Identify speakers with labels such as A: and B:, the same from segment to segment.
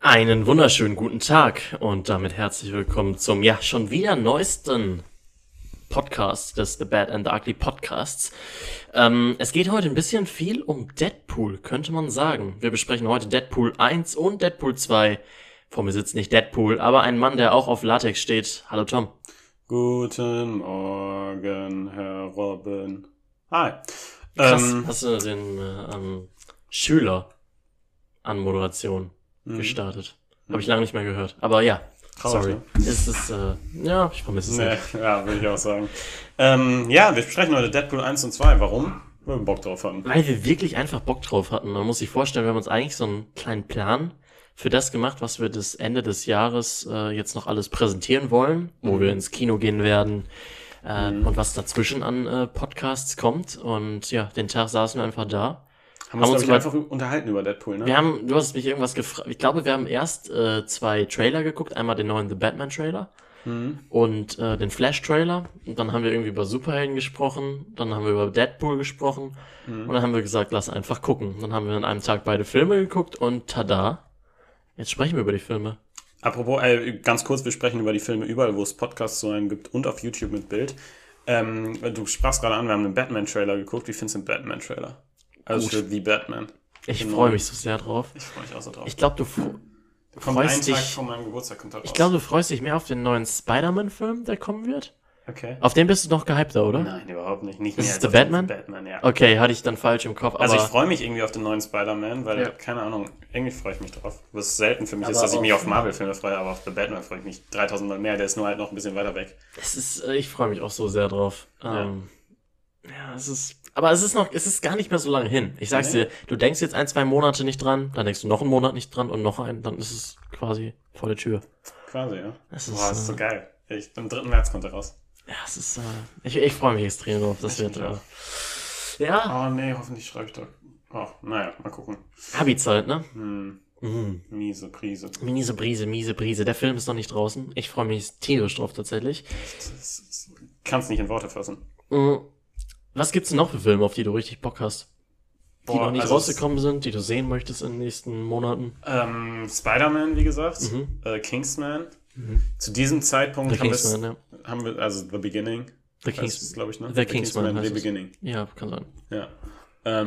A: Einen wunderschönen guten Tag und damit herzlich willkommen zum ja schon wieder neuesten Podcast des The Bad and the Ugly Podcasts. Ähm, es geht heute ein bisschen viel um Deadpool, könnte man sagen. Wir besprechen heute Deadpool 1 und Deadpool 2. Vor mir sitzt nicht Deadpool, aber ein Mann, der auch auf Latex steht. Hallo Tom.
B: Guten Morgen, Herr Robin. Hi.
A: Krass,
B: Ähm,
A: hast du den äh, ähm, Schüler an Moderation gestartet. Habe ich lange nicht mehr gehört. Aber ja,
B: Mhm. Traurig,
A: sorry.
B: ne?
A: Es Ist äh, ja, ich vermisse es
B: nee,
A: nicht.
B: ja, würde ich auch sagen. ähm, ja, wir besprechen heute Deadpool 1 und 2. Warum? Weil wir Bock drauf haben.
A: Weil wir wirklich einfach Bock drauf hatten. Man muss sich vorstellen, wir haben uns eigentlich so einen kleinen Plan für das gemacht, was wir das Ende des Jahres äh, jetzt noch alles präsentieren wollen, wo
B: Mhm.
A: wir ins Kino gehen werden äh,
B: Mhm.
A: und was dazwischen an äh, Podcasts kommt. Und ja, den Tag saßen wir einfach da.
B: Haben uns,
A: uns
B: glaub ich,
A: über-
B: einfach unterhalten über Deadpool, ne?
A: Wir haben, du hast mich irgendwas gefragt. Ich glaube, wir haben erst äh, zwei Trailer geguckt. Einmal den neuen The Batman Trailer
B: Mhm.
A: und äh, den Flash Trailer. Und dann haben wir irgendwie über Superhelden gesprochen. Dann haben wir über Deadpool gesprochen. Und
B: Mhm.
A: dann haben wir gesagt, lass einfach gucken. Dann haben wir an einem Tag beide Filme geguckt und tada. Jetzt sprechen wir über die Filme.
B: Apropos, äh, ganz kurz, wir sprechen über die Filme überall, wo es Podcasts so einen gibt und auf YouTube mit Bild. Ähm, du sprachst gerade an, wir haben den Batman-Trailer geguckt. Wie findest du den Batman-Trailer? Also
A: Gut.
B: für The Batman.
A: Ich
B: Genau.
A: freue mich so sehr drauf.
B: Ich freue mich auch so drauf.
A: Ich glaube, du, fr-
B: Da kommt
A: freust
B: ein Tag
A: dich-
B: vor meinem Geburtstag kommt da raus.
A: ich glaube, du freust dich mehr auf den neuen Spider-Man-Film, der kommen wird.
B: Okay.
A: Auf den bist du noch gehypter, oder?
B: Nein, überhaupt nicht. nicht
A: Ist
B: mehr
A: es
B: als
A: The
B: auf
A: Batman?
B: den Batman, ja.
A: Okay, hatte ich dann falsch im Kopf. Aber
B: Also ich freue mich irgendwie auf den neuen Spider-Man, weil,
A: Ja.
B: keine Ahnung, irgendwie freue ich mich drauf. Was selten für mich ist,
A: Aber
B: dass ich mich
A: auf-
B: auf Marvel-Filme freue, aber auf The Batman freue ich mich 3000 Mal mehr. Der ist nur halt noch ein bisschen weiter weg.
A: Es ist, äh, ich freue mich auch so sehr drauf.
B: Ja.
A: Ähm, ja, es ist, aber es ist noch, es ist gar nicht mehr so lange hin. Ich sag's
B: Nee.
A: dir, du denkst jetzt ein, zwei Monate nicht dran, dann denkst du noch einen Monat nicht dran und noch einen, dann ist es quasi vor der Tür.
B: Quasi, ja.
A: Es ist,
B: Boah, das ist so
A: äh,
B: geil. Ich, am 3. März kommt er raus.
A: ja, es ist, äh, ich, ich freue mich extrem drauf, das
B: Ich
A: wird,
B: mich
A: äh,
B: auch.
A: ja,
B: Oh nee, hoffentlich schreibe ich doch. Oh, naja, mal gucken.
A: Abi-Zeit, ne?
B: Hm,
A: Mhm.
B: miese Prise.
A: Miese Brise, miese Brise. Der Film ist noch nicht draußen. Ich freue mich tierisch drauf tatsächlich.
B: Das, das, kann's nicht in Worte fassen.
A: Mhm. Was gibt's denn noch für Filme, auf die du richtig Bock hast? Die
B: Boah,
A: noch nicht
B: also es-
A: rausgekommen sind, die du sehen möchtest in den nächsten Monaten?
B: Ähm, Spider-Man, wie gesagt.
A: Mhm.
B: Äh, Kingsman.
A: Mhm.
B: Zu diesem Zeitpunkt
A: The
B: haben, wir's-
A: Kingsman, ja.
B: haben wir, also The Beginning.
A: The
B: Heißt es,
A: Kings.
B: glaube ich, ne?
A: The Kingsman heißt
B: The
A: es.
B: Beginning.
A: Ja, kann sein.
B: Ja.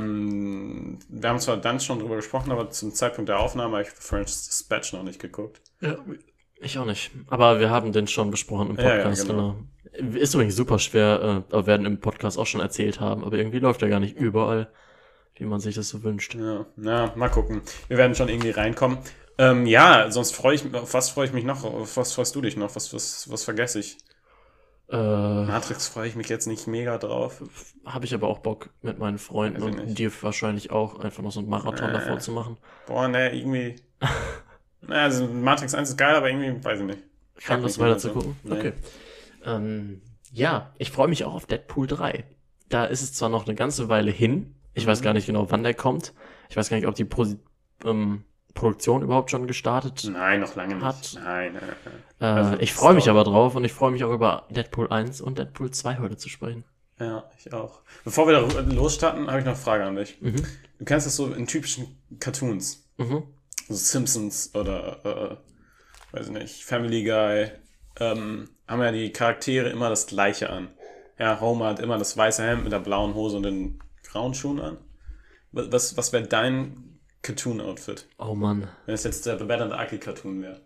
B: Ähm, wir haben zwar dann schon drüber gesprochen, aber zum Zeitpunkt der Aufnahme habe ich The French Dispatch noch nicht geguckt.
A: Ich auch nicht. Aber wir haben den schon besprochen im
B: Ja, ja,
A: Podcast,
B: genau.
A: genau. Ist übrigens super schwer, äh, aber werden im Podcast auch schon erzählt haben, aber irgendwie läuft er gar nicht überall, wie man sich das so wünscht.
B: Ja, na, mal gucken. Wir werden schon irgendwie reinkommen. Ähm, ja, sonst freue ich auf was freue ich mich noch? Auf was freust du dich noch? Was, was, was vergesse ich?
A: Äh, Habe
B: Matrix freue ich mich jetzt nicht mega drauf.
A: ich aber auch Bock, mit meinen Freunden
B: Weiß ich
A: und
B: nicht.
A: dir wahrscheinlich auch einfach noch so einen Marathon
B: Äh.
A: davor zu machen.
B: Boah, ne, irgendwie. Na, also Matrix 1 ist geil, aber irgendwie, weiß ich nicht.
A: Kann das
B: mich nicht
A: weiter zu
B: so.
A: gucken?
B: Nee.
A: Okay. Ähm, ja, ich freue mich auch auf Deadpool 3. Da ist es zwar noch eine ganze Weile hin. Ich weiß
B: Mhm.
A: gar nicht genau, wann der kommt. Ich weiß gar nicht, ob die Pro ähm, Produktion überhaupt schon gestartet
B: Nein, noch lange nicht.
A: Hat-
B: Nein, nein, nein.
A: äh,
B: also,
A: ich freue mich
B: sorry.
A: aber drauf und ich freue mich auch über Deadpool 1 und Deadpool 2 heute zu sprechen.
B: Ja, ich auch. Bevor wir da losstarten, habe ich noch eine Frage an dich.
A: Mhm.
B: Du kennst das so in typischen Cartoons.
A: Mhm.
B: so Simpsons oder äh, weiß ich nicht, Family Guy, ähm, haben ja die Charaktere immer das gleiche an. Ja, Homer hat immer das weiße Hemd mit der blauen Hose und den grauen Schuhen an. Wa- Was, was wäre dein Cartoon-Outfit,
A: Oh Mann.
B: wenn es jetzt der The Bad and the Ugly Cartoon wäre?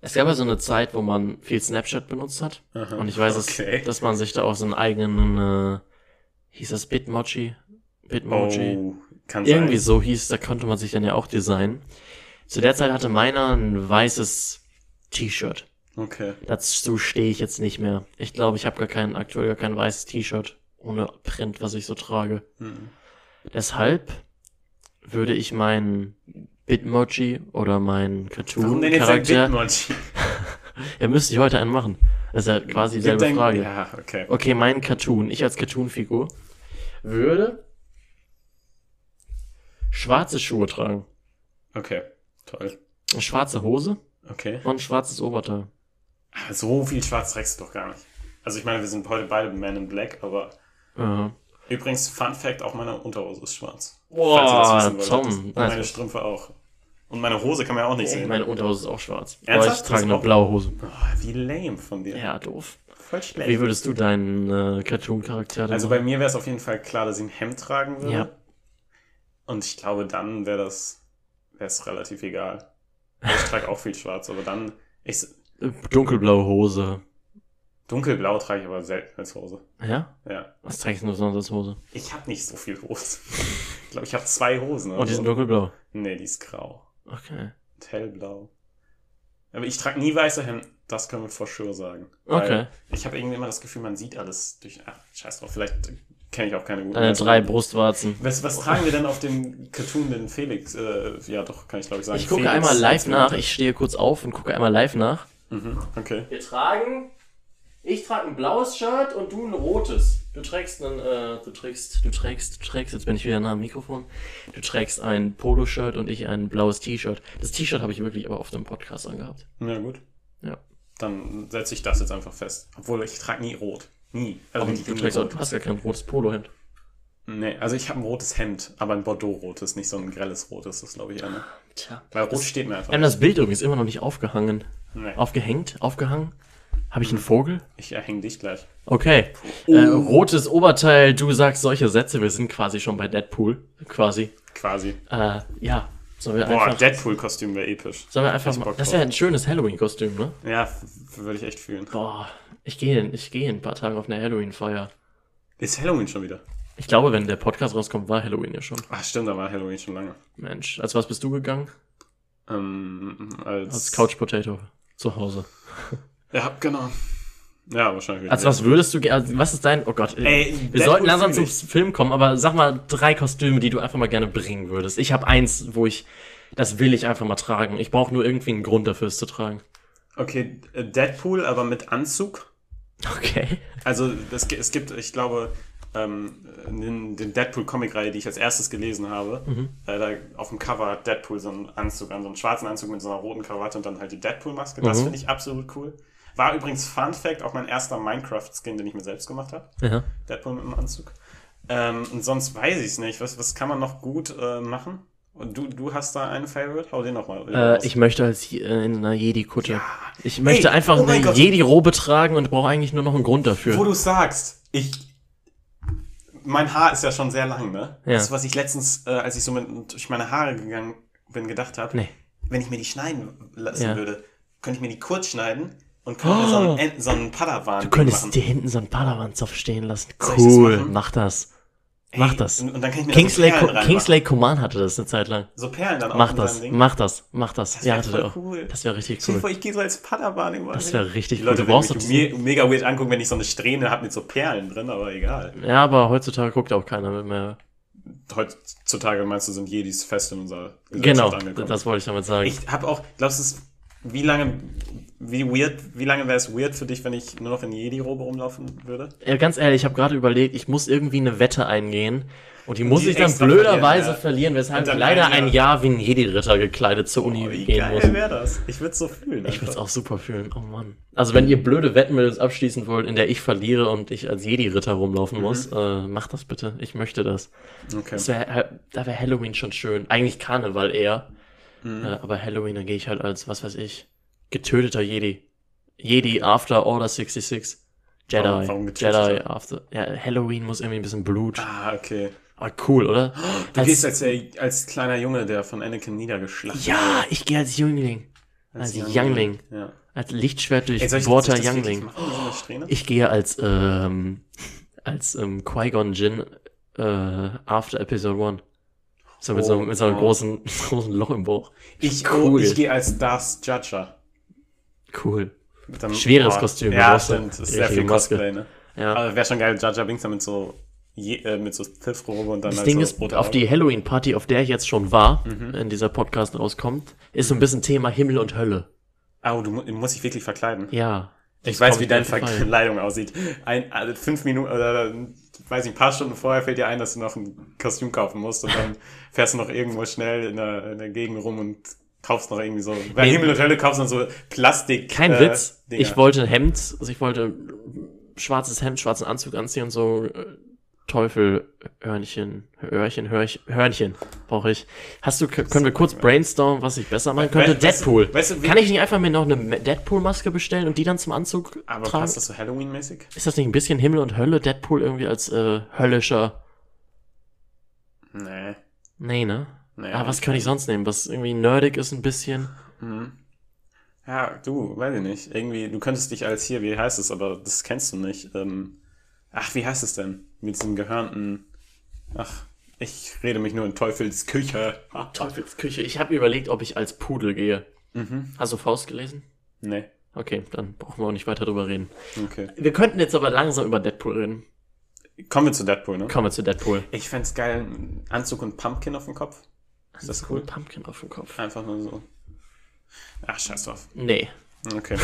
A: Es gab ja so eine Zeit, wo man viel Snapchat benutzt hat.
B: Aha,
A: Und ich weiß, dass-
B: okay.
A: dass man sich da auch so einen eigenen, äh, hieß das Bitmoji? Bitmoji.
B: Oh, kann sein.
A: irgendwie so hieß, da konnte man sich dann ja auch designen. Zu der Zeit hatte meiner ein weißes T-Shirt.
B: Okay.
A: Dazu stehe ich jetzt nicht mehr. Ich glaube, ich habe gar kein, aktuell gar kein weißes T-Shirt ohne Print, was ich so trage.
B: Hm.
A: Deshalb würde ich meinen Bitmoji oder meinen
B: Warum denn jetzt ein
A: Cartoon-Charakter.
B: Bitmoji?
A: Ja, müsste ich heute einen machen. Das ist ja quasi
B: Gibt
A: dieselbe
B: ein-
A: Frage.
B: Ja, okay.
A: Okay, mein Cartoon, ich als Cartoon-Figur, würde schwarze Schuhe tragen.
B: Okay, toll.
A: Eine schwarze Hose
B: Okay.
A: und ein schwarzes Oberteil.
B: Aber so viel Schwarz trägst du doch gar nicht. Also ich meine, wir sind heute beide Men in Black, aber
A: Ja.
B: Übrigens, Fun Fact, auch meine Unterhose ist schwarz.
A: Wow,
B: Falls ihr das wissen wolltet.
A: Tom.
B: Und meine
A: Nice. Oh,
B: Strümpfe auch. Und meine Hose kann man ja auch nicht sehen.
A: Meine Unterhose ist auch schwarz. Aber ich
B: Ernsthaft?
A: trage
B: Das
A: eine
B: auch-
A: blaue Hose.
B: oh, wie lame von dir.
A: Ja, doof.
B: Voll schlecht.
A: Wie würdest du deinen äh, Cartoon-Charakter denn
B: Also bei
A: machen?
B: mir wäre es auf jeden Fall klar, dass ich ein Hemd tragen würde.
A: Ja.
B: Und ich glaube, dann wäre das wäre es relativ egal. Ich trage auch viel schwarz, aber dann ich,
A: Äh, Dunkelblaue Hose.
B: dunkelblau trage ich aber selten als Hose.
A: Ja?
B: Ja.
A: Was trage ich denn sonst als Hose?
B: Ich habe nicht so viel Hosen. Ich glaube, ich habe zwei Hosen.
A: Und die sind
B: so.
A: dunkelblau.
B: Nee, die ist grau.
A: Okay.
B: Und hellblau. Aber ich trage nie weiße Hemden. Das können wir for sure sagen.
A: Okay.
B: Ich habe irgendwie immer das Gefühl, man sieht alles durch. Ach, scheiß drauf. Vielleicht kenne ich auch keine guten.
A: Deine
B: Männer.
A: drei Brustwarzen.
B: Was, was tragen wir denn auf dem Cartoon denn Felix? Äh, ja, doch, kann ich glaube ich sagen.
A: Ich gucke
B: Felix
A: einmal live
B: als
A: nach. Ich stehe kurz auf und gucke einmal live nach.
B: Mhm, okay.
A: Wir tragen. Ich trage ein blaues Shirt und du ein rotes. Du trägst einen, äh, du trägst, du trägst, du trägst, jetzt bin ich wieder nah am Mikrofon. Du trägst ein Poloshirt und ich ein blaues T-Shirt. Das T-Shirt habe ich wirklich aber oft im Podcast angehabt.
B: Na gut.
A: Ja.
B: Dann setze ich das jetzt einfach fest. Obwohl, ich trage nie rot. Nie. Also
A: Aber
B: wirklich
A: du
B: nie
A: trägst auch,
B: rot.
A: du hast ja kein rotes Polohemd.
B: Nee, also ich habe ein rotes Hemd, aber ein Bordeaux-rotes, nicht so ein grelles rotes, das glaube ich eher. Ne?
A: Tja.
B: Weil rot steht mir einfach.
A: Wir haben das ne. Bild übrigens immer noch nicht aufgehangen.
B: Nee,
A: Aufgehängt? Aufgehangen? Habe ich einen Vogel?
B: ich erhänge dich gleich.
A: Okay. Äh, rotes Oberteil, du sagst solche Sätze. Wir sind quasi schon bei Deadpool. Quasi.
B: Quasi.
A: Äh, ja. Sollen wir
B: Boah,
A: einfach.
B: Deadpool-Kostüm wäre episch.
A: Sollen wir einfach
B: Ich
A: mal,
B: Bock
A: das
B: drauf.
A: wäre ein schönes Halloween-Kostüm, ne?
B: Ja, würde ich echt fühlen.
A: Boah, ich gehe ich gehe in ein paar Tagen auf eine Halloween-Feier.
B: Ist Halloween schon wieder?
A: Ich glaube, wenn der Podcast rauskommt, war Halloween ja schon.
B: Ach, stimmt, da war Halloween schon lange.
A: Mensch, als was bist du gegangen?
B: Ähm, als,
A: Als Couch Potato zu Hause.
B: Ja, hab- genau. Ja, wahrscheinlich. wieder.
A: Als was würdest du, ge- also was ist dein, oh Gott,
B: Ey,
A: wir
B: Deadpool
A: sollten langsam
B: fühl
A: zum
B: ich.
A: Film kommen, aber sag mal drei Kostüme, die du einfach mal gerne bringen würdest. Ich habe eins, wo ich, das will ich einfach mal tragen. Ich brauche nur irgendwie einen Grund dafür, es zu tragen.
B: Okay, äh, Deadpool, aber mit Anzug.
A: Okay.
B: Also das, gi- es gibt, ich glaube, ähm, in den Deadpool-Comic-Reihe, die ich als erstes gelesen habe,
A: Mhm.
B: äh, da auf dem Cover hat Deadpool so einen Anzug an, so einen schwarzen Anzug mit so einer roten Krawatte und dann halt die Deadpool-Maske. Das
A: Mhm.
B: finde ich absolut cool. War übrigens, Fun Fact, auch mein erster Minecraft-Skin, den ich mir selbst gemacht habe.
A: Ja.
B: Deadpool mit dem Anzug. Ähm, und sonst weiß ich es nicht. Was, was kann man noch gut äh, machen? Und du, du hast da einen Favorite? Hau den nochmal.
A: Äh, ich möchte als äh, in einer Jedi-Kutte. Ich möchte
B: Ey,
A: einfach
B: oh mein
A: eine
B: Gott.
A: Jedi-Robe tragen und brauche eigentlich nur noch einen Grund dafür.
B: Wo du sagst, ich. Mein Haar ist ja schon sehr lang, ne?
A: Ja.
B: Das, was ich letztens, äh, als ich so mit, durch meine Haare gegangen bin, gedacht habe,
A: Nee.
B: wenn ich mir die schneiden lassen
A: Ja. Oh.
B: würde, könnte ich mir die kurz schneiden und könnte mir so einen, En- so einen Padawan
A: Du könntest
B: machen.
A: dir hinten so einen Padawan-Zopf stehen lassen.
B: Soll ich das
A: Cool,
B: machen?
A: mach das. Mach das.
B: Und, und dann kann ich mir da
A: Kingsley,
B: so Perlen reinmachen.
A: Kingsley Coman hatte das eine Zeit lang.
B: So Perlen dann
A: Mach
B: in
A: das,
B: seinem Ding.
A: mach das, mach das.
B: Das
A: ja,
B: wär
A: hatte
B: voll
A: der auch.
B: cool.
A: Das wäre richtig
B: Stell dir
A: cool.
B: vor, ich gehe so als Padawan überall.
A: Das wäre richtig
B: Die
A: cool.
B: Leute
A: Du
B: werden
A: brauchst
B: mich
A: doch-
B: me mega weird angucken, wenn ich so eine Strähne habe mit so Perlen drin, aber egal.
A: Ja, aber heutzutage guckt auch keiner mehr.
B: Heutzutage meinst du, sind Jedis fest in unserer Gesellschaft
A: Genau,
B: angekommen.
A: das wollte ich damit sagen.
B: Ich habe auch, glaubst du, es- wie lange, wie weird, wie lange wäre es weird für dich, wenn ich nur noch in Jedi-Robe rumlaufen würde?
A: Ja, ganz ehrlich, ich habe gerade überlegt, ich muss irgendwie eine Wette eingehen. Und die muss
B: die
A: ich dann
B: extra
A: blöderweise
B: verlieren, ja.
A: verlieren, weshalb
B: Und
A: ich
B: dann
A: leider
B: ein Jahr-
A: ein Jahr wie ein Jedi-Ritter gekleidet zur Uni
B: Oh, Wie
A: gehen muss.
B: geil wäre das? Ich würde so fühlen.
A: Ich würde es
B: einfach.
A: auch super fühlen. Oh Mann. Also wenn ihr blöde Wetten mit uns abschließen wollt, in der ich verliere und ich als Jedi-Ritter rumlaufen
B: Mhm.
A: muss, äh, macht das bitte. Ich möchte das.
B: Okay.
A: das wär, äh, da wäre Halloween schon schön. Eigentlich Karneval eher.
B: Mhm.
A: Äh, aber Halloween, dann gehe ich halt als, was weiß ich, getöteter Jedi. Jedi After Order 66. Jedi.
B: Warum- warum getöteter?
A: Jedi After. Ja, Halloween muss irgendwie ein bisschen Blut.
B: Ah, okay.
A: Aber cool, oder?
B: Du gehst als, der- als kleiner Junge, der von Anakin niedergeschlachtet
A: ja, ich gehe als Jüngling. Als, Youngling.
B: Ja.
A: Als Lichtschwert durch
B: Ey, soll ich,
A: Water
B: soll ich das wirklich
A: Youngling.
B: machen, Oh, so eine Strähne?
A: Ich gehe als, ähm, als ähm, Qui-Gon Jinn äh, after Episode 1. So mit, so,
B: Oh,
A: mit so einem
B: oh.
A: großen, großen Loch im Bauch.
B: Ich, oh,
A: Cool.
B: ich gehe als Darth Judger.
A: Cool.
B: Dann,
A: Schweres Kostüm, du
B: Ja,
A: brauchst eine
B: stimmt. Ist sehr
A: richtige
B: viel
A: Maske.
B: Cosplay, ne?
A: Ja.
B: Aber wäre schon geil, Jar Jar Binks dann mit so, je, äh, mit so Pilzrobe und dann
A: Das
B: halt
A: Ding
B: so
A: ist,
B: rote
A: auf
B: Augen.
A: die Halloween-Party, auf der ich jetzt schon war,
B: Mhm.
A: in dieser Podcast rauskommt, ist so ein bisschen Thema Himmel und Hölle.
B: Au, du mu- du musst dich wirklich verkleiden.
A: Ja.
B: Ich weiß,
A: kommt
B: wie deine
A: auf jeden Fall.
B: Verkleidung aussieht. Ein, also fünf Minuten oder äh, weiß nicht, ein paar Stunden vorher fällt dir ein, dass du noch ein Kostüm kaufen musst und dann fährst du noch irgendwo schnell in der, in der Gegend rum und kaufst noch irgendwie so. Bei
A: Nee.
B: Himmel und Hölle kaufst du dann so Plastik.
A: Kein
B: äh,
A: Witz.
B: Dinger.
A: Ich wollte ein Hemd, also ich wollte ein schwarzes Hemd, schwarzen Anzug anziehen und so äh, Teufelhörnchen, Hörchen, Hörch, Hörnchen brauche ich. Hast du, können wir kurz brainstormen, was ich besser machen könnte?
B: Weißt du-
A: Deadpool.
B: weißt du, wie-
A: Kann ich nicht einfach mir noch eine Deadpool-Maske bestellen und die dann zum Anzug
B: Aber
A: tragen?
B: passt das so Halloween-mäßig?
A: Ist das nicht ein bisschen Himmel und Hölle? Deadpool irgendwie als äh, höllischer.
B: Nee.
A: Nee, ne?
B: Nee.
A: ah, was könnte ich sonst nehmen? Was irgendwie nerdig ist ein bisschen.
B: Mhm. Ja, du, weiß ich nicht. Irgendwie, du könntest dich als hier, wie heißt es, aber das kennst du nicht. Ähm, ach, wie heißt es denn? Mit diesem gehörnten. Ach, ich rede mich nur in Teufelsküche.
A: Ah, Teufelsküche. Ich habe überlegt, ob ich als Pudel gehe.
B: Mhm.
A: Hast du Faust gelesen?
B: Nee.
A: Okay, dann brauchen wir auch nicht weiter drüber reden.
B: Okay.
A: Wir könnten jetzt aber langsam über Deadpool reden.
B: Kommen wir zu Deadpool, ne?
A: Kommen wir zu Deadpool.
B: Ich fänd's geil, einen Anzug und Pumpkin auf dem Kopf. Ist das cool?
A: Pumpkin auf dem Kopf.
B: Einfach nur so. Ach, scheiß drauf.
A: Nee,
B: Okay.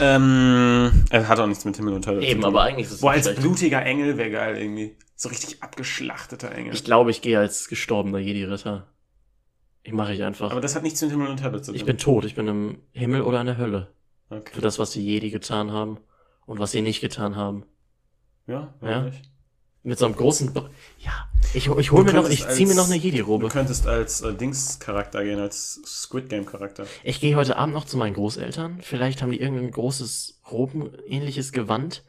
B: ähm, er hat auch nichts mit Himmel und Hölle
A: eben,
B: zu tun.
A: aber eigentlich ist es
B: Boah,
A: nicht
B: als
A: schlecht.
B: blutiger Engel wäre geil irgendwie. So richtig abgeschlachteter Engel.
A: Ich glaube, ich gehe als gestorbener Jedi-Ritter. Ich mache ich einfach.
B: Aber das hat nichts mit Himmel und Hölle zu tun.
A: ich bin tot, ich bin im Himmel oder in der Hölle. Für
B: Okay.
A: das, was die Jedi getan haben und was sie nicht getan haben.
B: Ja,
A: Ja.
B: warum nicht?
A: Mit so einem großen. Bo ja, ich, ich hol
B: Du
A: mir noch,
B: könntest
A: ich zieh mir
B: als-
A: noch eine
B: Du
A: Jedi-Robe.
B: könntest als äh, Dings-Charakter gehen, als Squid Game-Charakter.
A: Ich gehe heute Abend noch zu meinen Großeltern. Vielleicht haben die irgendein großes Roben-ähnliches Gewand.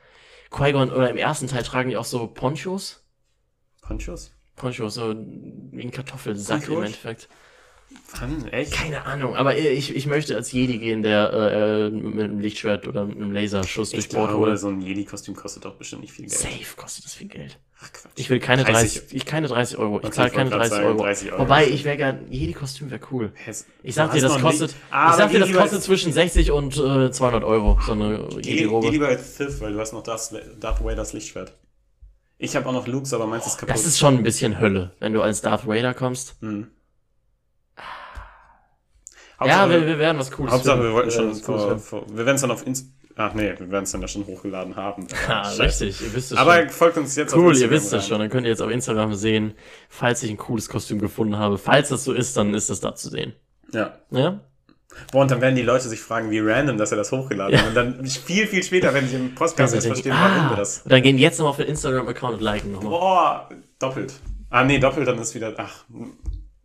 A: Qui-Gon oder im ersten Teil tragen die auch so Ponchos.
B: Ponchos?
A: Ponchos, so wie ein Kartoffelsack im
B: Ponchos?
A: Endeffekt.
B: Wann? Echt?
A: Keine Ahnung, aber ich, ich möchte als Jedi gehen, der äh, äh, mit einem Lichtschwert oder mit einem Laserschuss
B: ich
A: durchbohrt
B: glaube,
A: wurde.
B: so ein Jedi-Kostüm kostet doch bestimmt nicht viel Geld.
A: Safe kostet das viel Geld.
B: Ach, Quatsch.
A: Ich will keine
B: 30.
A: 30, ich keine 30 Euro. Ich
B: Okay,
A: zahle
B: ich
A: keine
B: wollte grad
A: 30
B: sagen,
A: Euro.
B: 30 Euro.
A: Wobei, ich wäre gern, Jedi-Kostüm wäre cool.
B: Hess-
A: Ich sag
B: Du
A: dir,
B: hast
A: das
B: noch
A: kostet,
B: nie- Aber
A: ich sag dir,
B: geh
A: das
B: lieber
A: kostet
B: als-
A: zwischen 60 und äh, 200 Euro, so eine
B: Geh, geh
A: Jedi-Robe.
B: lieber als Sith, weil du hast noch Darth, Darth Vaders Lichtschwert. Ich habe auch noch Luke's, aber meins ist kaputt.
A: Das ist schon ein bisschen Hölle, wenn du als Darth Vader kommst.
B: Hm.
A: ja,
B: Hauptsache,
A: wir, wir werden was Cooles
B: Hauptsache, wir
A: finden.
B: wollten
A: Äh,
B: schon
A: was Cooles
B: vor,
A: finden.
B: vor, wir werden es dann auf Inst Ach nee, wir werden es dann da schon hochgeladen haben.
A: Ah,
B: Scheiße.
A: richtig, ihr wisst es
B: Aber
A: schon.
B: folgt uns jetzt
A: Cool, ihr
B: Instagram
A: wisst das
B: rein.
A: schon. Dann könnt ihr jetzt auf Instagram sehen, falls ich ein cooles Kostüm gefunden habe. Falls das so ist, dann ist das da zu sehen.
B: Ja.
A: Ja?
B: Boah, und dann werden die Leute sich fragen, wie random, dass er das hochgeladen
A: Ja.
B: hat. Und dann viel, viel später, wenn sie im Podcast
A: Also
B: erst
A: denke ich,
B: verstehen, warum wir
A: ah,
B: das.
A: und dann gehen jetzt nochmal auf den Instagram-Account und liken nochmal.
B: Boah, doppelt. Ah nee, doppelt, dann ist wieder. Ach,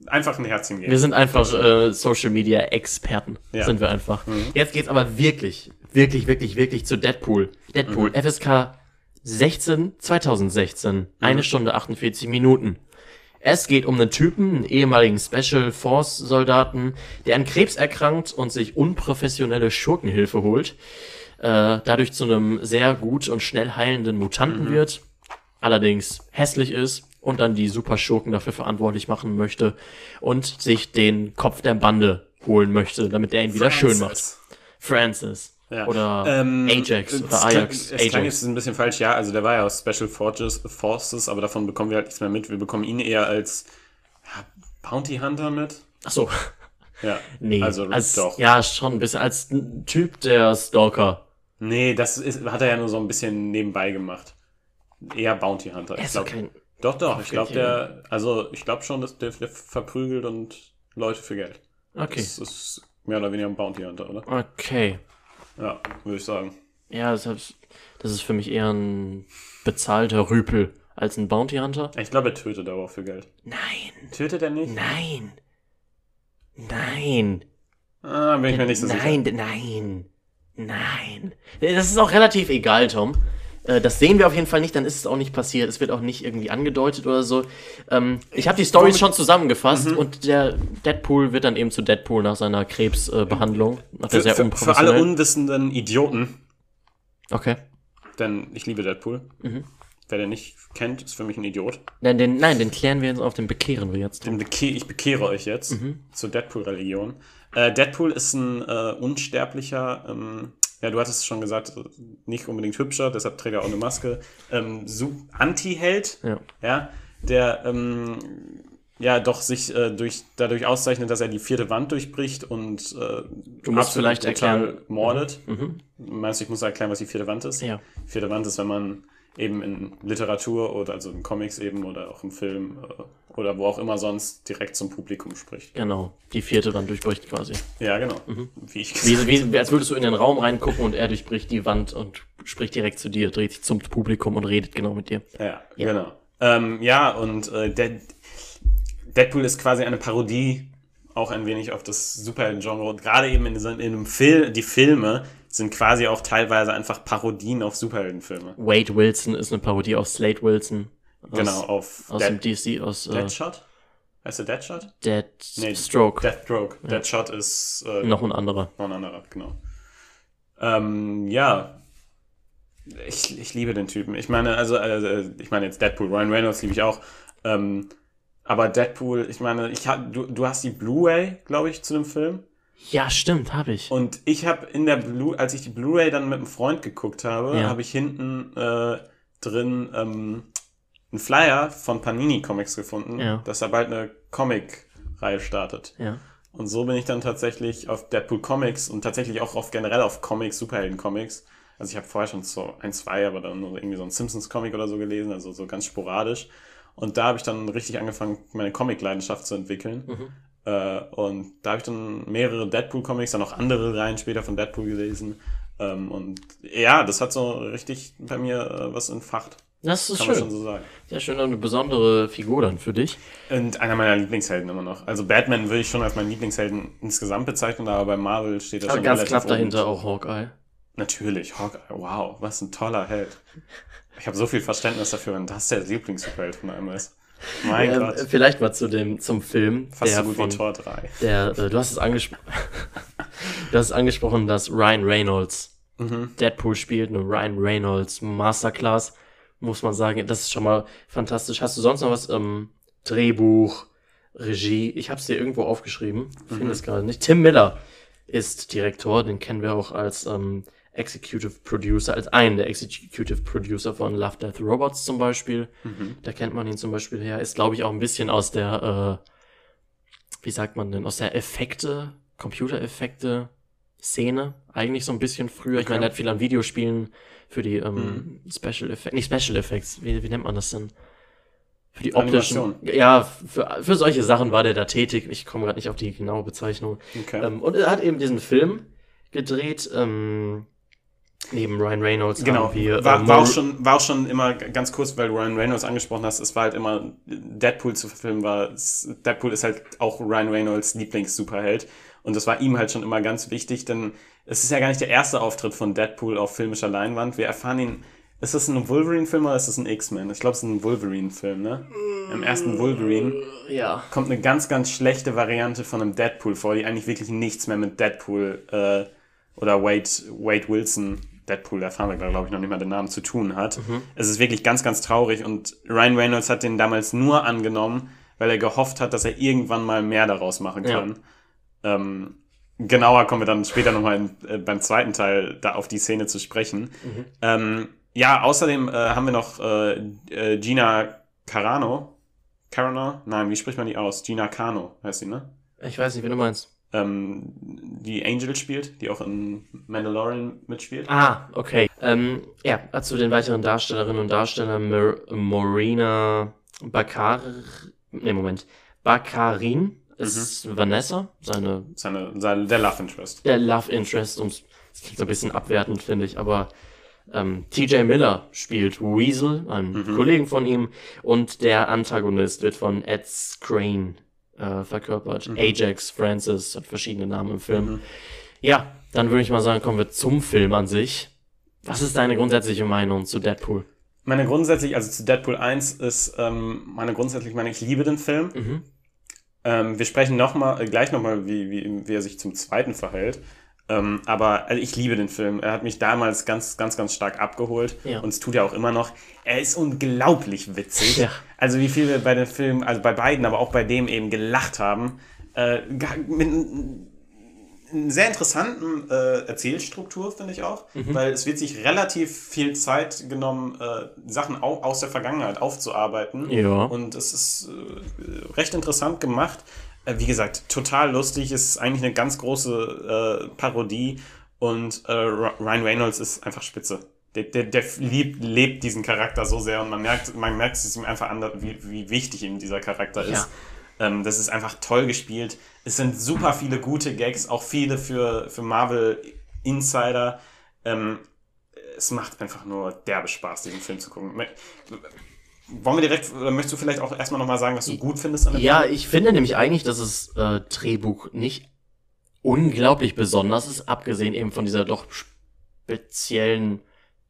B: einfach ein Herzchen geben.
A: Wir sind einfach äh, Social Media Experten.
B: Ja.
A: Sind wir einfach. Jetzt geht's aber wirklich, wirklich, wirklich, wirklich zu Deadpool. Deadpool, FSK 16, 2016. Eine Stunde 48 Minuten. Es geht um einen Typen, einen ehemaligen Special Force Soldaten, der an Krebs erkrankt und sich unprofessionelle Schurkenhilfe holt. Äh, dadurch zu einem sehr gut und schnell heilenden Mutanten
B: Mhm.
A: wird allerdings hässlich ist und dann die Superschurken dafür verantwortlich machen möchte und sich den Kopf der Bande holen möchte, damit er ihn wieder schön macht.
B: Francis.
A: Francis
B: Ja.
A: oder
B: Ähm,
A: Ajax
B: es
A: oder
B: klang-
A: Ajax.
B: Es klang
A: Ajax.
B: jetzt ein bisschen falsch, ja, also der war ja aus Special Forges, Forces, aber davon bekommen wir halt nichts mehr mit. Wir bekommen ihn eher als ja, Bounty Hunter mit.
A: Ach so,
B: Ja,
A: nee,
B: also
A: als,
B: doch.
A: ja schon ein bisschen als ein Typ der Stalker.
B: Nee, das ist, hat er ja nur so ein bisschen nebenbei gemacht. Eher Bounty Hunter.
A: Er
B: Ich
A: ist doch
B: glaub,
A: kein,
B: doch, doch, ich glaube,
A: Kopfgeldjäger.
B: der, also ich glaube schon, dass der, der verprügelt und Leute für Geld.
A: okay,
B: Das ist mehr oder weniger ein Bounty Hunter, oder?
A: okay,
B: Ja, würde ich sagen.
A: ja, das ist, das ist für mich eher ein bezahlter Rüpel als ein Bounty Hunter.
B: Ich glaube, er tötet aber auch für Geld.
A: Nein,
B: Tötet er nicht?
A: nein, nein.
B: Ah, bin ich mir nicht so sicher.
A: nein, nein, nein. Das ist auch relativ egal, Tom. Äh, Das sehen wir auf jeden Fall nicht, dann ist es auch nicht passiert. Es wird auch nicht irgendwie angedeutet oder so. Ähm, ich habe die Storys
B: Womit-
A: schon zusammengefasst
B: Mhm.
A: und der Deadpool wird dann eben zu Deadpool nach seiner Krebsbehandlung. Nach der
B: Für,
A: sehr
B: für, für alle
A: unprofessionellen.
B: unwissenden Idioten,
A: Okay.
B: denn ich liebe Deadpool.
A: Mhm.
B: Wer den nicht kennt, ist für mich ein Idiot.
A: Nein den, nein, den klären wir jetzt auf, den bekehren wir jetzt.
B: Den beke ich bekehre euch jetzt zur Deadpool-Religion. Äh, Deadpool ist ein äh, unsterblicher, ähm, ja, du hattest es schon gesagt, nicht unbedingt hübscher, deshalb trägt er auch eine Maske. Ähm, Su- Anti-Held,
A: Ja.
B: ja, der ähm, ja doch sich äh, durch, dadurch auszeichnet, dass er die vierte Wand durchbricht und äh,
A: Du musst
B: absolut
A: vielleicht
B: brutal
A: erklären- Mhm,
B: mordet. Meinst du, ich muss erklären, was die vierte Wand ist?
A: Ja.
B: Vierte Wand ist, wenn man eben in Literatur oder also in Comics eben oder auch im Film äh, oder wo auch immer sonst direkt zum Publikum spricht.
A: Genau, die vierte Wand durchbricht quasi. Mhm.
B: Ja, genau. Wie ich gesagt
A: Wie, wie, als würdest du in den Raum reingucken und er durchbricht die Wand und spricht direkt zu dir, dreht sich zum Publikum und redet genau mit dir.
B: Ja,
A: Ja.
B: genau. Ähm, ja, und äh, Dead Deadpool ist quasi eine Parodie auch ein wenig auf das Superhelden-Genre. Und gerade eben in, diesem, in einem Film, die Filme sind quasi auch teilweise einfach Parodien auf Superheldenfilme.
A: Wade Wilson ist eine Parodie auf Slade Wilson. Aus,
B: genau, auf
A: Aus dem
B: Dead,
A: DC, aus äh,
B: Deadshot? Heißt der Deadshot?
A: Dead
B: Nee,
A: Stroke.
B: Deathstroke. Deadshot ist äh,
A: Noch ein anderer.
B: noch ein anderer, genau. Ähm, ja. Ich, ich liebe den Typen. Ich meine, also, äh, ich meine jetzt Deadpool, Ryan Reynolds liebe ich auch. Ähm, aber Deadpool, ich meine, ich hab, du, du hast die Blu-ray, glaube ich, zu dem Film.
A: Ja, stimmt, habe ich.
B: Und ich habe in der Blu, als ich die Blu-ray dann mit einem Freund geguckt habe,
A: Ja.
B: habe ich hinten äh, drin ähm, einen Flyer von Panini Comics gefunden,
A: Ja.
B: dass da bald eine Comic-Reihe startet.
A: Ja.
B: Und so bin ich dann tatsächlich auf Deadpool Comics und tatsächlich auch auf generell auf Comics, Superhelden-Comics. Also ich habe vorher schon so ein, zwei, aber dann nur irgendwie so einen Simpsons-Comic oder so gelesen, also so ganz sporadisch. Und da habe ich dann richtig angefangen, meine Comic-Leidenschaft zu entwickeln.
A: Mhm.
B: Äh, und da habe ich dann mehrere Deadpool-Comics, dann auch andere Reihen später von Deadpool gelesen. Ähm, und ja, das hat so richtig bei mir äh, was entfacht,
A: Das ist
B: kann man schon
A: schön.
B: so sagen.
A: Sehr schön, eine besondere Figur dann für dich.
B: Und einer meiner Lieblingshelden immer noch. Also Batman würde ich schon als meinen Lieblingshelden insgesamt bezeichnen, aber bei Marvel steht das
A: Aber
B: schon
A: ganz
B: relativ
A: knapp
B: oben.
A: dahinter auch Hawkeye.
B: Natürlich, Hawkeye. Wow, was ein toller Held. Ich habe so viel Verständnis dafür, wenn das der Lieblings-Superheld von einem ist. Mein
A: Ähm,
B: Gott,
A: vielleicht mal zu dem, zum Film.
B: fast so
A: der
B: gut
A: von,
B: wie Tor 3.
A: der, äh, du hast es angesprochen. du hast es angesprochen, dass Ryan Reynolds
B: Mhm.
A: Deadpool spielt, eine Ryan Reynolds Masterclass, muss man sagen. Das ist schon mal fantastisch. Hast du sonst noch was? Ähm, Drehbuch, Regie. Ich habe es dir irgendwo aufgeschrieben. Finde es gerade nicht. Tim Miller ist Direktor, den kennen wir auch als ähm, Executive Producer, als einen der Executive Producer von Love, Death, Robots zum Beispiel.
B: Mhm.
A: Da kennt man ihn zum Beispiel her. Ist, glaube ich, auch ein bisschen aus der, äh, wie sagt man denn, aus der Effekte, Computereffekte Szene. Eigentlich so ein bisschen früher. Ich
B: Okay. Mhm.
A: meine, er hat viel an Videospielen für die ähm, Special Effects, nicht Special Effects, wie, wie nennt man das denn? Für die optischen.
B: Animation.
A: Ja, für, für solche Sachen war der da tätig. Ich komme gerade nicht auf die genaue Bezeichnung.
B: Okay.
A: Ähm, und er hat eben diesen Film gedreht. Ähm, neben Ryan Reynolds
B: Genau,
A: haben wir. äh,
B: war, war,
A: Mo-
B: auch schon, war auch schon immer g- ganz kurz, weil du Ryan Reynolds angesprochen hast, es war halt immer, Deadpool zu verfilmen war, es- Deadpool ist halt auch Ryan Reynolds Lieblings-Superheld und das war ihm halt schon immer ganz wichtig, denn es ist ja gar nicht der erste Auftritt von Deadpool auf filmischer Leinwand, wir erfahren ihn, ist das ein Wolverine-Film oder ist das ein X-Men? Ich glaube, es ist ein Wolverine-Film, ne? Im ersten Wolverine
A: Ja.
B: kommt eine ganz, ganz schlechte Variante von einem Deadpool vor, die eigentlich wirklich nichts mehr mit Deadpool äh, oder Wade, Wade Wilson, Deadpool, da erfahren wir, glaube ich, noch nicht mal den Namen zu tun hat. Es ist wirklich ganz, ganz traurig und Ryan Reynolds hat den damals nur angenommen, weil er gehofft hat, dass er irgendwann mal mehr daraus machen
A: Ja.
B: kann. Ähm, genauer kommen wir dann später nochmal äh, beim zweiten Teil da auf die Szene zu sprechen. Ähm, ja, außerdem äh, haben wir noch äh, äh, Gina Carano. Carano? Nein, wie spricht man die aus? Gina Carano heißt sie, ne?
A: Ich weiß nicht, wie du meinst.
B: Ähm, die Angel spielt, die auch in Mandalorian mitspielt.
A: Ah, okay. Ähm, ja, zu den weiteren Darstellerinnen und Darstellern Mer Morina Bakar. Ne, Moment. Bakarin ist Vanessa, seine
B: Seine, seine, der Love Interest.
A: der Love Interest. Und das klingt so ein bisschen abwertend, finde ich, aber. Ähm, TJ Miller spielt Weasel, einen Kollegen von ihm, und der Antagonist wird von Ed Crane äh, verkörpert. Ajax Francis hat verschiedene Namen im Film.
B: Mhm.
A: Ja, dann würde ich mal sagen, kommen wir zum Film an sich. Was ist deine grundsätzliche Meinung zu Deadpool?
B: Meine grundsätzlich, also zu Deadpool 1 ist ähm, meine grundsätzlich, meine ich liebe den Film.
A: Mhm.
B: Ähm, wir sprechen noch mal, äh, gleich nochmal, wie, wie, wie er sich zum zweiten verhält. Ähm, aber also ich liebe den Film. Er hat mich damals ganz, ganz, ganz stark abgeholt.
A: Ja.
B: Und es tut er auch immer noch. Er ist unglaublich witzig.
A: Ja.
B: Also wie viel wir bei den Filmen, also bei beiden, aber auch bei dem eben gelacht haben. Äh, ga- mit einer sehr interessanten äh, Erzählstruktur, finde ich auch. Weil es wird sich relativ viel Zeit genommen, äh, Sachen au aus der Vergangenheit aufzuarbeiten.
A: Ja.
B: Und es ist äh, recht interessant gemacht. Äh, wie gesagt, total lustig. Es ist eigentlich eine ganz große äh, Parodie. Und äh, Ra- Ryan Reynolds ist einfach spitze. Der, der, der liebt, lebt diesen Charakter so sehr und man merkt, man merkt es ihm einfach an, wie, wie wichtig ihm dieser Charakter
A: Ja.
B: ist. Ähm, das ist einfach toll gespielt. Es sind super viele gute Gags, auch viele für, für Marvel Insider. Ähm, es macht einfach nur derbe Spaß, diesen Film zu gucken. Me- Wollen wir direkt, oder möchtest du vielleicht auch erstmal nochmal sagen, was du gut findest an dem
A: Ja, ich finde nämlich eigentlich, dass das äh, Drehbuch nicht unglaublich besonders ist, abgesehen eben von dieser doch speziellen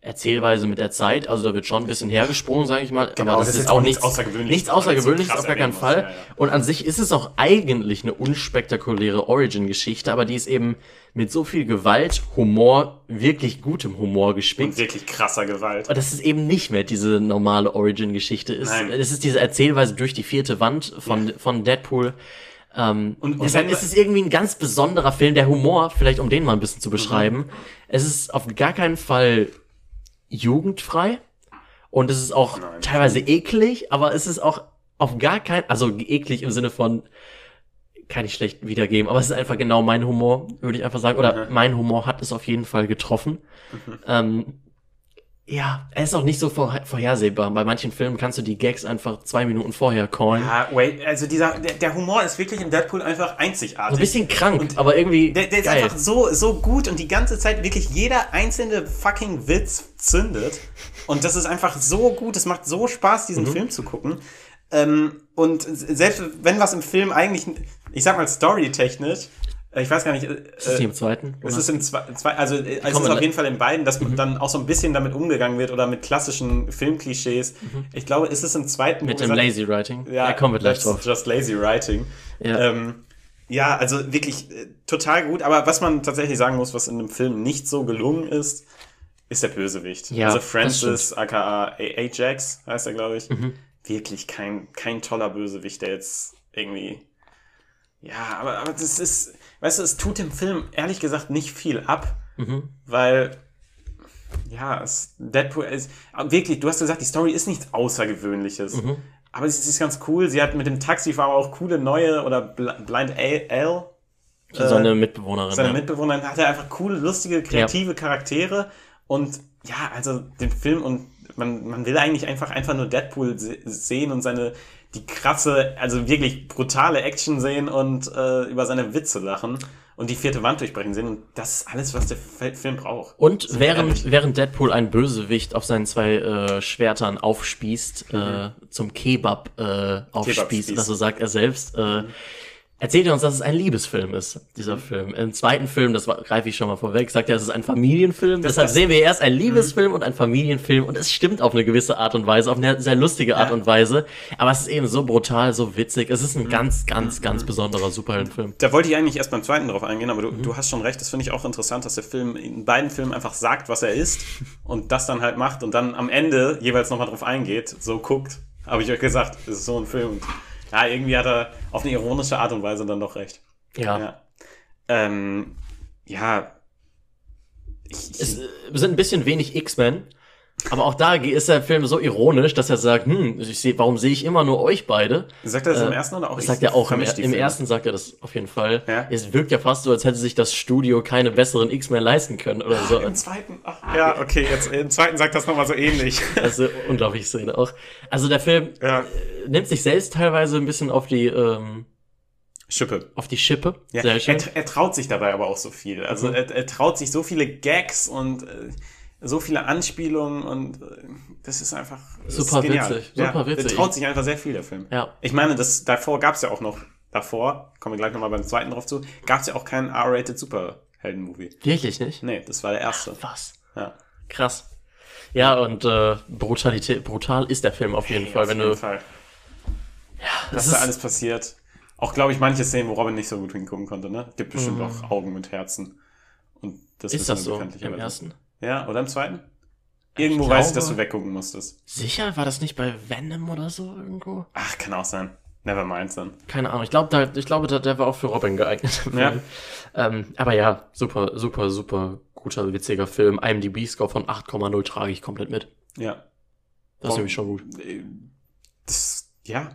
A: Erzählweise mit der Zeit. Also da wird schon ein bisschen hergesprungen, sage ich mal.
B: Genau,
A: aber Genau, das, ist, auch nichts,
B: Außergewöhnliches.
A: nichts Außergewöhnliches,
B: Krass
A: auf gar keinen
B: erwähnen
A: Fall.
B: muss, ja, ja.
A: Und an sich ist es auch eigentlich eine unspektakuläre Origin-Geschichte, aber die ist eben mit so viel Gewalt, Humor, wirklich gutem Humor
B: Und
A: gespickt.
B: wirklich krasser Gewalt.
A: Aber dass es eben nicht mehr diese normale Origin-Geschichte ist.
B: Nein.
A: Es ist diese Erzählweise durch die vierte Wand von, von Deadpool. Ähm,
B: Und- und
A: deshalb
B: wenn wir-
A: ist es irgendwie ein ganz besonderer Film. Der Humor, vielleicht um den mal ein bisschen
B: Mhm.
A: zu beschreiben, es ist auf gar keinen Fall jugendfrei. Und es ist auch
B: Nein.
A: teilweise eklig, aber es ist auch auf gar keinen, also eklig im Sinne von, kann ich schlecht wiedergeben, aber es ist einfach genau mein Humor, würde ich einfach sagen. Oder
B: Mhm.
A: mein Humor hat es auf jeden Fall getroffen. Ähm, ja, er ist auch nicht so vorher- vorhersehbar. Bei manchen Filmen kannst du die Gags einfach zwei Minuten vorher callen.
B: Ja, wait, also dieser, der, der Humor ist wirklich in Deadpool einfach
A: so ein
B: einzigartig.
A: bisschen krank, aber irgendwie
B: Der, der ist
A: geil.
B: einfach so, so gut und die ganze Zeit wirklich jeder einzelne fucking Witz zündet. Und das ist einfach so gut, es macht so Spaß, diesen
A: Mhm.
B: Film zu gucken. Ähm, und se- selbst wenn was im Film eigentlich, ich sag mal storytechnisch, äh, ich weiß gar nicht, äh,
A: ist das hier im zweiten?
B: es
A: oder? ne?
B: ist in zwei, zwei also äh, es
A: Komm,
B: ist auf
A: le-
B: jeden Fall in beiden, dass
A: Mhm.
B: dann auch so ein bisschen damit umgegangen wird oder mit klassischen Filmklischees. Ich glaube, ist es im zweiten
A: Mhm. mit
B: wo
A: dem
B: gesagt-
A: Lazy Writing. da kommen wir gleich
B: that's
A: drauf.
B: Just lazy writing.
A: Ja.
B: Ähm, ja, also wirklich äh, total gut. Aber was man tatsächlich sagen muss, was in dem Film nicht so gelungen ist, ist der Bösewicht.
A: Ja,
B: also
A: das
B: Francis, aka A- Ajax, heißt er, glaube ich.
A: Mhm.
B: Wirklich kein, kein toller Bösewicht, der jetzt irgendwie. Ja, aber, aber das ist. Weißt du, es tut dem Film ehrlich gesagt nicht viel ab,
A: Mhm.
B: weil ja, es, Deadpool ist wirklich, du hast gesagt, die Story ist nichts Außergewöhnliches.
A: Mhm.
B: Aber sie, sie ist ganz cool. Sie hat mit dem Taxifahrer auch coole neue oder Bl- Blind Al, Al
A: so eine Mitbewohnerin.
B: äh, seine
A: ja.
B: Mitbewohnerin, hat er einfach coole, lustige, kreative Charaktere. Und ja, also den Film und man, man will eigentlich einfach, einfach nur Deadpool se sehen und seine, die krasse, also wirklich brutale Action sehen und äh, über seine Witze lachen und die vierte Wand durchbrechen sehen. Und das ist alles, was der Fe- Film braucht.
A: Und
B: Sind wir
A: während,
B: ehrlich.
A: während Deadpool einen Bösewicht auf seinen zwei äh, Schwertern aufspießt,
B: Mhm.
A: äh, zum Kebab äh, aufspießt,
B: Kebabspieß.
A: das so sagt er selbst,
B: Mhm.
A: äh, erzählt er uns, dass es ein Liebesfilm ist, dieser Film. Im zweiten Film, das war- greife ich schon mal vorweg, sagt er, es ist ein Familienfilm. Deshalb
B: das- Mhm.
A: sehen wir erst einen Liebesfilm und einen Familienfilm und es stimmt auf eine gewisse Art und Weise, auf eine sehr lustige Art
B: Ja. Mhm.
A: und Weise. Aber es ist eben so brutal, so witzig. Es ist ein ganz, ganz, ganz besonderer Superheldenfilm.
B: Da wollte ich eigentlich erst beim zweiten drauf eingehen, aber du,
A: Mhm.
B: du hast schon recht, das finde ich auch interessant, dass der Film in beiden Filmen einfach sagt, was er ist und das dann halt macht und dann am Ende jeweils nochmal drauf eingeht, so guckt. Habe ich euch gesagt, es ist so ein Film. Und ja, irgendwie hat er auf eine ironische Art und Weise dann doch recht.
A: Ja.
B: Ja. Ähm, ja. Ich, ich,
A: Es äh, sind ein bisschen wenig X-Men. Aber auch da ge- ist der Film so ironisch, dass er sagt, hm, ich seh, warum sehe ich immer nur euch beide?
B: sagt er das im
A: äh,
B: ersten oder auch?
A: Das
B: Oh, Ich
A: sagt er auch. Im,
B: vermisch die
A: Im
B: Filme.
A: ersten sagt er das auf jeden Fall.
B: Ja.
A: Es wirkt ja fast so, als hätte sich das Studio keine besseren X-Men leisten können oder so.
B: Im zweiten. Ach, ja, okay, jetzt im zweiten sagt das nochmal so ähnlich.
A: Das ist eine unglaubliche Szene auch. Also der Film
B: ja.
A: äh, nimmt sich selbst teilweise ein bisschen auf die, ähm,
B: Schippe.
A: auf die Schippe.
B: Ja,
A: Sehr
B: er,
A: schön.
B: er traut sich dabei aber auch so viel. Also
A: Mhm.
B: er, er traut sich so viele Gags und äh, so viele Anspielungen und äh, das ist einfach das
A: Super
B: ist genial.
A: witzig,
B: Ja,
A: super witzig.
B: Er traut sich einfach sehr viel der Film.
A: Ja.
B: Ich meine, das davor gab es ja auch noch, davor, kommen wir gleich nochmal beim zweiten drauf zu, gab es ja auch keinen R-rated Superhelden-Movie.
A: Wirklich nicht?
B: Nee, das war der erste.
A: Was?
B: Ja.
A: Krass. Ja, und äh, Brutalität, brutal ist der Film auf jeden Fall.
B: Auf
A: Wenn
B: jeden
A: du.
B: Fall.
A: das
B: Was da alles passiert. Auch, glaube ich, manche Szenen, wo Robin nicht so gut hingucken konnte, ne? Gibt bestimmt auch Augen mit Herzen. Und das
A: Mhm. ist
B: wissen
A: das
B: wir
A: so im
B: bekanntlicherweise.
A: ersten?
B: Ja, oder im zweiten? Irgendwo
A: Ich
B: weiß ich,
A: glaube-
B: dass du weggucken musstest.
A: Sicher? War das nicht bei Venom oder so irgendwo?
B: Ach, kann auch sein. Never mind dann.
A: Keine Ahnung. Ich, glaub, da, ich glaube, da, der war auch für Robin geeignet.
B: Ja.
A: ähm, aber ja, super, super, super guter, witziger Film. IMDb-Score von 8,0 trage ich komplett mit.
B: Ja.
A: Das ist
B: Warum?
A: nämlich schon gut.
B: Äh, Das, ja.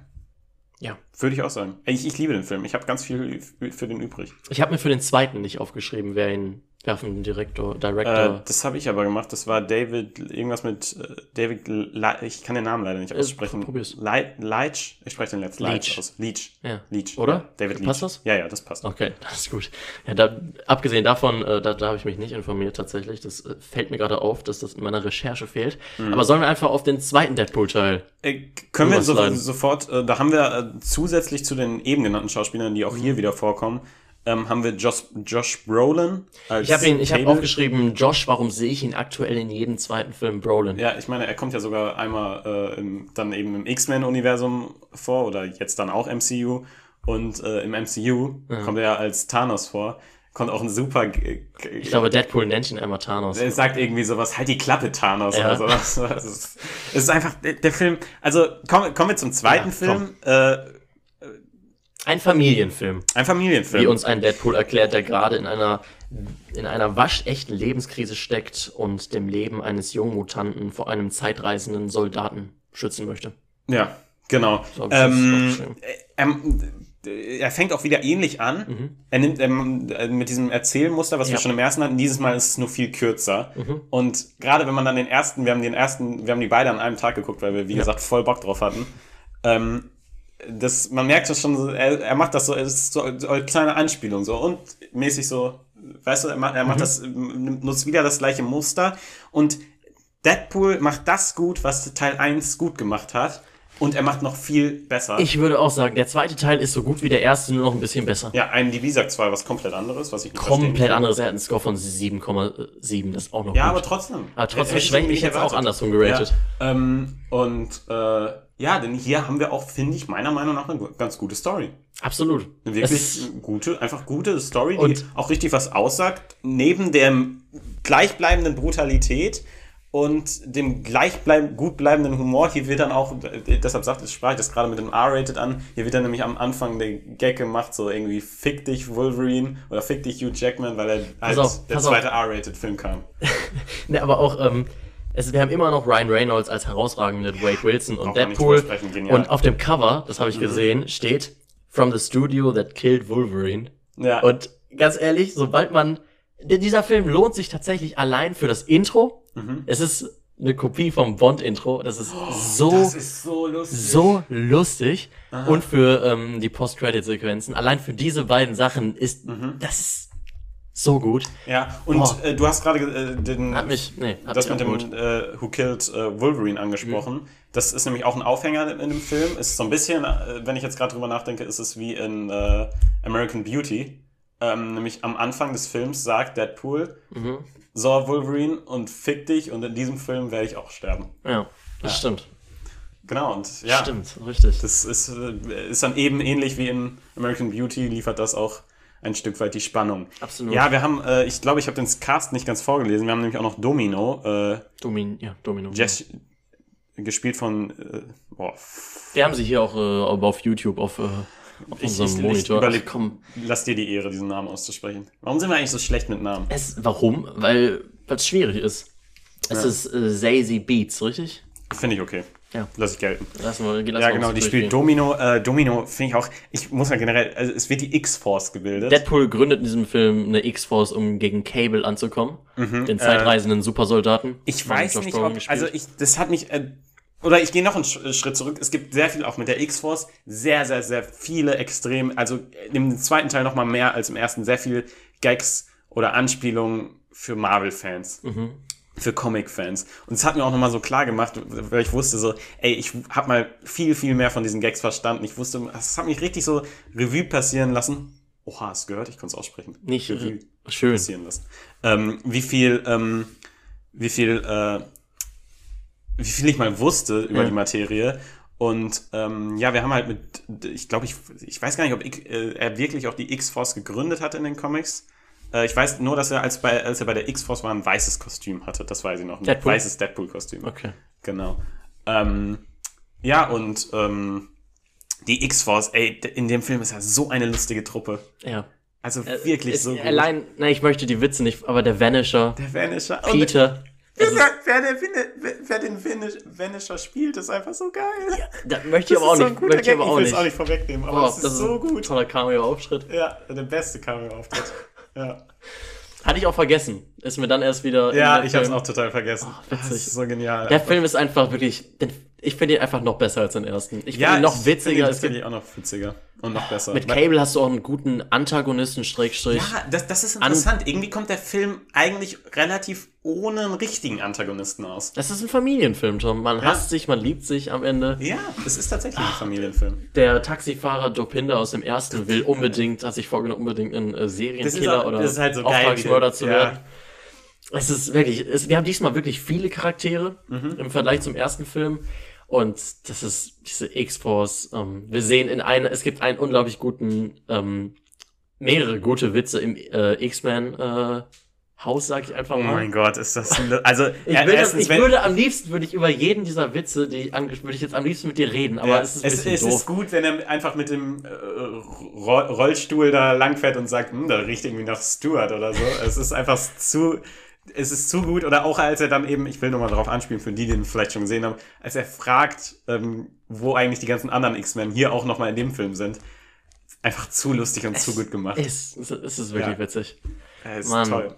A: Ja.
B: Würde ich auch sagen. Ich, ich liebe den Film. Ich habe ganz viel für den übrig.
A: Ich habe mir für den zweiten nicht aufgeschrieben, wer ihn werfen Direktor,
B: Äh,
A: Director.
B: das habe ich aber gemacht. Das war David, irgendwas mit äh, David, Le ich kann den Namen leider nicht aussprechen.
A: pr- Äh, probier's.
B: Le Leitch, ich spreche den letzten Leitch
A: Leitch.
B: aus. Leitch.
A: Ja.
B: Leitch.
A: Oder?
B: Ja, David
A: Passt
B: Leitch.
A: das?
B: Ja, ja, das passt.
A: okay, das ist gut. Ja, da, abgesehen davon, äh, da, da habe ich mich nicht informiert tatsächlich. Das äh, fällt mir gerade auf, dass das in meiner Recherche fehlt.
B: Mhm.
A: Aber sollen wir einfach auf den zweiten Deadpool-Teil?
B: Äh, können wir so,
A: Übersliden.
B: sofort, äh, da haben wir äh, zusätzlich zu den eben genannten Schauspielern, die auch
A: Mhm.
B: hier wieder vorkommen, ähm, haben wir Josh, Josh Brolin als
A: Ich habe ihn, ich habe
B: Cable.
A: aufgeschrieben, Josh, warum sehe ich ihn aktuell in jedem zweiten Film Brolin?
B: Ja, ich meine, er kommt ja sogar einmal äh, im, dann eben im X-Men-Universum vor oder jetzt dann auch MCU. Und äh, im MCU kommt er ja als Thanos vor. Kommt auch ein super.
A: Ich glaube, Deadpool nennt ihn einmal Thanos.
B: Er sagt irgendwie sowas, halt die Klappe, Thanos.
A: Ja.
B: Oder sowas. Es ist, es ist einfach, der der Film. Also kommen kommen wir zum zweiten
A: Ja,
B: Film. Äh,
A: Ein Familienfilm,
B: ein Familienfilm.
A: wie uns ein Deadpool erklärt, der gerade in einer, in einer waschechten Lebenskrise steckt und dem Leben eines jungen Mutanten vor einem zeitreisenden Soldaten schützen möchte.
B: Ja, genau.
A: So hab ich das
B: ähm,
A: aufgeschrieben.
B: er, er fängt auch wieder ähnlich an. Er nimmt ähm, mit diesem Erzählmuster, was wir
A: Mhm. Ja. Mhm.
B: schon im ersten hatten, dieses Mal ist es nur viel kürzer. Und gerade wenn man dann den ersten, wir haben den ersten, wir haben die beide an einem Tag geguckt, weil wir, wie gesagt, voll Bock drauf hatten. Ähm, das, man merkt das schon, so, er, er macht das so, es ist so eine kleine Anspielung so und mäßig so, weißt du, er macht, er
A: Mhm.
B: macht das, ähm, nutzt wieder das gleiche Muster und Deadpool macht das gut, was Teil 1 gut gemacht hat und er macht noch viel besser.
A: Ich würde auch sagen, der zweite Teil ist so gut wie der erste, nur noch ein bisschen besser.
B: ja, IMDb sagt zwar was komplett anderes, was ich nicht
A: Komplett
B: verstehe.
A: anderes, er hat einen Score von 7,7, das ist auch noch
B: Ja,
A: gut.
B: aber trotzdem.
A: Aber Ah, trotzdem
B: Hätte
A: schwenkt mich
B: nicht
A: jetzt auch
B: erwartet.
A: andersrum geratet.
B: Ja, ähm, und äh, ja, denn hier haben wir auch, finde ich, meiner Meinung nach eine gu- ganz gute Story.
A: Absolut.
B: Eine
A: Es ist-
B: wirklich gute, einfach gute Story, die
A: Und-
B: auch richtig was aussagt, neben der gleichbleibenden Brutalität und dem gleichbleib gut bleibenden Humor. Hier wird dann auch, deshalb sagt es sprach ich das gerade mit dem R-Rated an, hier wird dann nämlich am Anfang der Gag gemacht, so irgendwie fick dich Wolverine oder fick dich Hugh Jackman, weil er als
A: auf,
B: der
A: pass auf.
B: zweite R-Rated-Film kam.
A: Ne, aber auch, ähm, es, wir haben immer noch Ryan Reynolds als herausragenden Wade Wilson und
B: braucht man nicht
A: Deadpool.
B: drüber sprechen, genial. Mhm.
A: Und auf dem Cover, das habe ich gesehen, steht From the Studio that killed Wolverine.
B: Ja.
A: Und ganz ehrlich, sobald man. denn Dieser Film lohnt sich tatsächlich allein für das Intro.
B: Mhm.
A: Es ist eine Kopie vom Bond-Intro. Das ist so
B: Oh, ist so lustig.
A: so lustig und für ähm, die Post-Credit-Sequenzen. Allein für diese beiden Sachen ist
B: Mhm.
A: das ist so gut.
B: Ja, und
A: Boah.
B: äh, du hast gerade äh, den,
A: Oh. Hat mich, ne, nee, hat
B: das
A: mich
B: mit
A: auch
B: dem äh, Who Killed äh, Wolverine angesprochen.
A: Mhm.
B: Das ist nämlich auch ein Aufhänger in, in dem Film. Ist so ein bisschen, äh, wenn ich jetzt gerade drüber nachdenke, ist es wie in äh, American Beauty. Ähm, nämlich am Anfang des Films sagt Deadpool,
A: Mhm.
B: so Wolverine und fick dich und in diesem Film werde ich auch sterben.
A: Ja, das stimmt.
B: Genau, und ja,
A: Stimmt, richtig.
B: das ist, äh, ist dann eben ähnlich wie in American Beauty, liefert das auch ein Stück weit die Spannung.
A: Absolut.
B: Ja, wir haben, äh, ich glaube, ich habe den Cast nicht ganz vorgelesen. Wir haben nämlich auch noch Domino, äh,
A: Domin ja, Domino.
B: Jess, gespielt von, äh, boah,
A: Wir haben sie hier auch äh, aber auf YouTube, auf, äh, auf
B: Ich-
A: unserem
B: ich- ich
A: Monitor.
B: überleb-
A: Ach, komm.
B: lass dir die Ehre, diesen Namen auszusprechen. Warum sind wir eigentlich so schlecht mit Namen?
A: Es, warum? Weil es schwierig ist. Es
B: Ja.
A: ist äh, Zazy Beats, richtig?
B: Finde ich okay.
A: Ja.
B: Lass ich gelten.
A: Lassen wir, lassen
B: Ja,
A: wir
B: genau,
A: uns
B: die
A: durchgehen.
B: spielt Domino. Äh, Domino finde ich auch, ich muss mal generell, also es wird die X-Force gebildet.
A: Deadpool gründet in diesem Film eine X-Force, um gegen Cable anzukommen. den zeitreisenden Supersoldaten.
B: Mhm, äh, Ich
A: Von
B: weiß
A: Josh
B: nicht,
A: Brolin
B: ob.
A: gespielt.
B: Also ich, das hat mich. Äh, oder ich gehe noch einen Sch- äh, Schritt zurück. Es gibt sehr viel auch mit der X-Force, sehr, sehr, sehr viele extrem, also im zweiten Teil nochmal mehr als im ersten, sehr viel Gags oder Anspielungen für Marvel-Fans.
A: Mhm.
B: Für Comic-Fans. Und es hat mir auch nochmal so klar gemacht, weil ich wusste so, ey, ich habe mal viel, viel mehr von diesen Gags verstanden. Ich wusste, es hat mich richtig so Revue passieren lassen. Oha, hast du gehört? Ich konnte es aussprechen.
A: nicht
B: Revue
A: äh, schön.
B: passieren lässt. Ähm, wie viel, ähm, wie viel, äh, wie viel ich mal wusste über
A: Ja.
B: die Materie. Und ähm, ja, wir haben halt mit, ich glaube, ich, ich weiß gar nicht, ob ich, äh, er wirklich auch die X-Force gegründet hat in den Comics. Äh, ich weiß nur, dass er, als, bei, als er bei der X-Force war, ein weißes Kostüm hatte. Das weiß ich noch. Ein
A: Deadpool?
B: weißes Deadpool-Kostüm.
A: Okay.
B: Genau. Ähm, ja, und ähm, die X-Force, ey, in dem Film ist ja so eine lustige Truppe.
A: Ja.
B: Also wirklich
A: Äh, Es-
B: so gut.
A: Allein, nein, ich möchte die Witze nicht, aber der Vanisher,
B: der Vanisher. Und
A: Peter.
B: Wer,
A: Das ist,
B: wer, der Vin- wer, wer den Vanish, Vanisher spielt, ist einfach so geil.
A: da möchte ich aber auch nicht. möchte ich aber
B: ich
A: auch
B: will es
A: nicht.
B: auch nicht vorwegnehmen, aber
A: Oh,
B: es ist, so
A: ein
B: gut.
A: Toller Cameo-Auftritt.
B: Ja, der beste Cameo-Auftritt. ja.
A: Hatte ich auch vergessen. Ist mir dann erst wieder.
B: Ja,
A: in-
B: ich hab's auch total vergessen.
A: Oh,
B: das
A: witzig.
B: ist so genial.
A: Der Film ist einfach wirklich. Den, ich finde ihn einfach noch besser als den ersten. Ich finde ihn
B: ich
A: noch
B: find
A: witziger.
B: ihn
A: Es gibt,
B: tatsächlich auch noch witziger. Und noch besser.
A: mit
B: Weil-
A: Cable hast du auch einen guten Antagonisten, Schrägstrich.
B: Ja, das, das ist interessant. Irgendwie kommt der Film eigentlich relativ ohne einen richtigen Antagonisten aus.
A: Das ist ein Familienfilm, Tom. Man hasst sich, man liebt sich am Ende.
B: Ja, es ist tatsächlich
A: Ah.
B: ein Familienfilm.
A: Der Taxifahrer Dopinder aus dem ersten will unbedingt, hat sich vorgenommen, unbedingt ein äh, Serienkiller oder
B: halt
A: Auftragsmörder zu werden. Es ist wirklich, es, wir haben diesmal wirklich viele Charaktere
B: Mhm.
A: im Vergleich zum ersten Film. Und das ist diese X-Force. Ähm, wir sehen in einer, es gibt einen unglaublich guten, ähm, mehrere gute Witze im äh, X-Men äh, Haus, sag ich einfach
B: Oh
A: mal.
B: mein Gott, ist das. Also,
A: Ich,
B: ja,
A: würde,
B: erstens,
A: ich
B: wenn-
A: würde am liebsten, würde ich über jeden dieser Witze, die ich ange- würde ich jetzt am liebsten mit dir reden, aber
B: ja,
A: es ist ein bisschen doof.
B: ist gut, wenn er einfach mit dem äh, Roll- Rollstuhl da langfährt und sagt, hm, da riecht irgendwie nach Stuart oder so. es ist einfach zu. Es ist zu gut, oder auch als er dann eben, ich will nochmal darauf anspielen, für die, die ihn vielleicht schon gesehen haben, als er fragt, ähm, wo eigentlich die ganzen anderen X-Men hier auch nochmal in dem Film sind. Einfach zu lustig und zu gut gemacht.
A: Es, es, es ist wirklich
B: Ja.
A: witzig.
B: Ja, ist
A: Mann.
B: toll.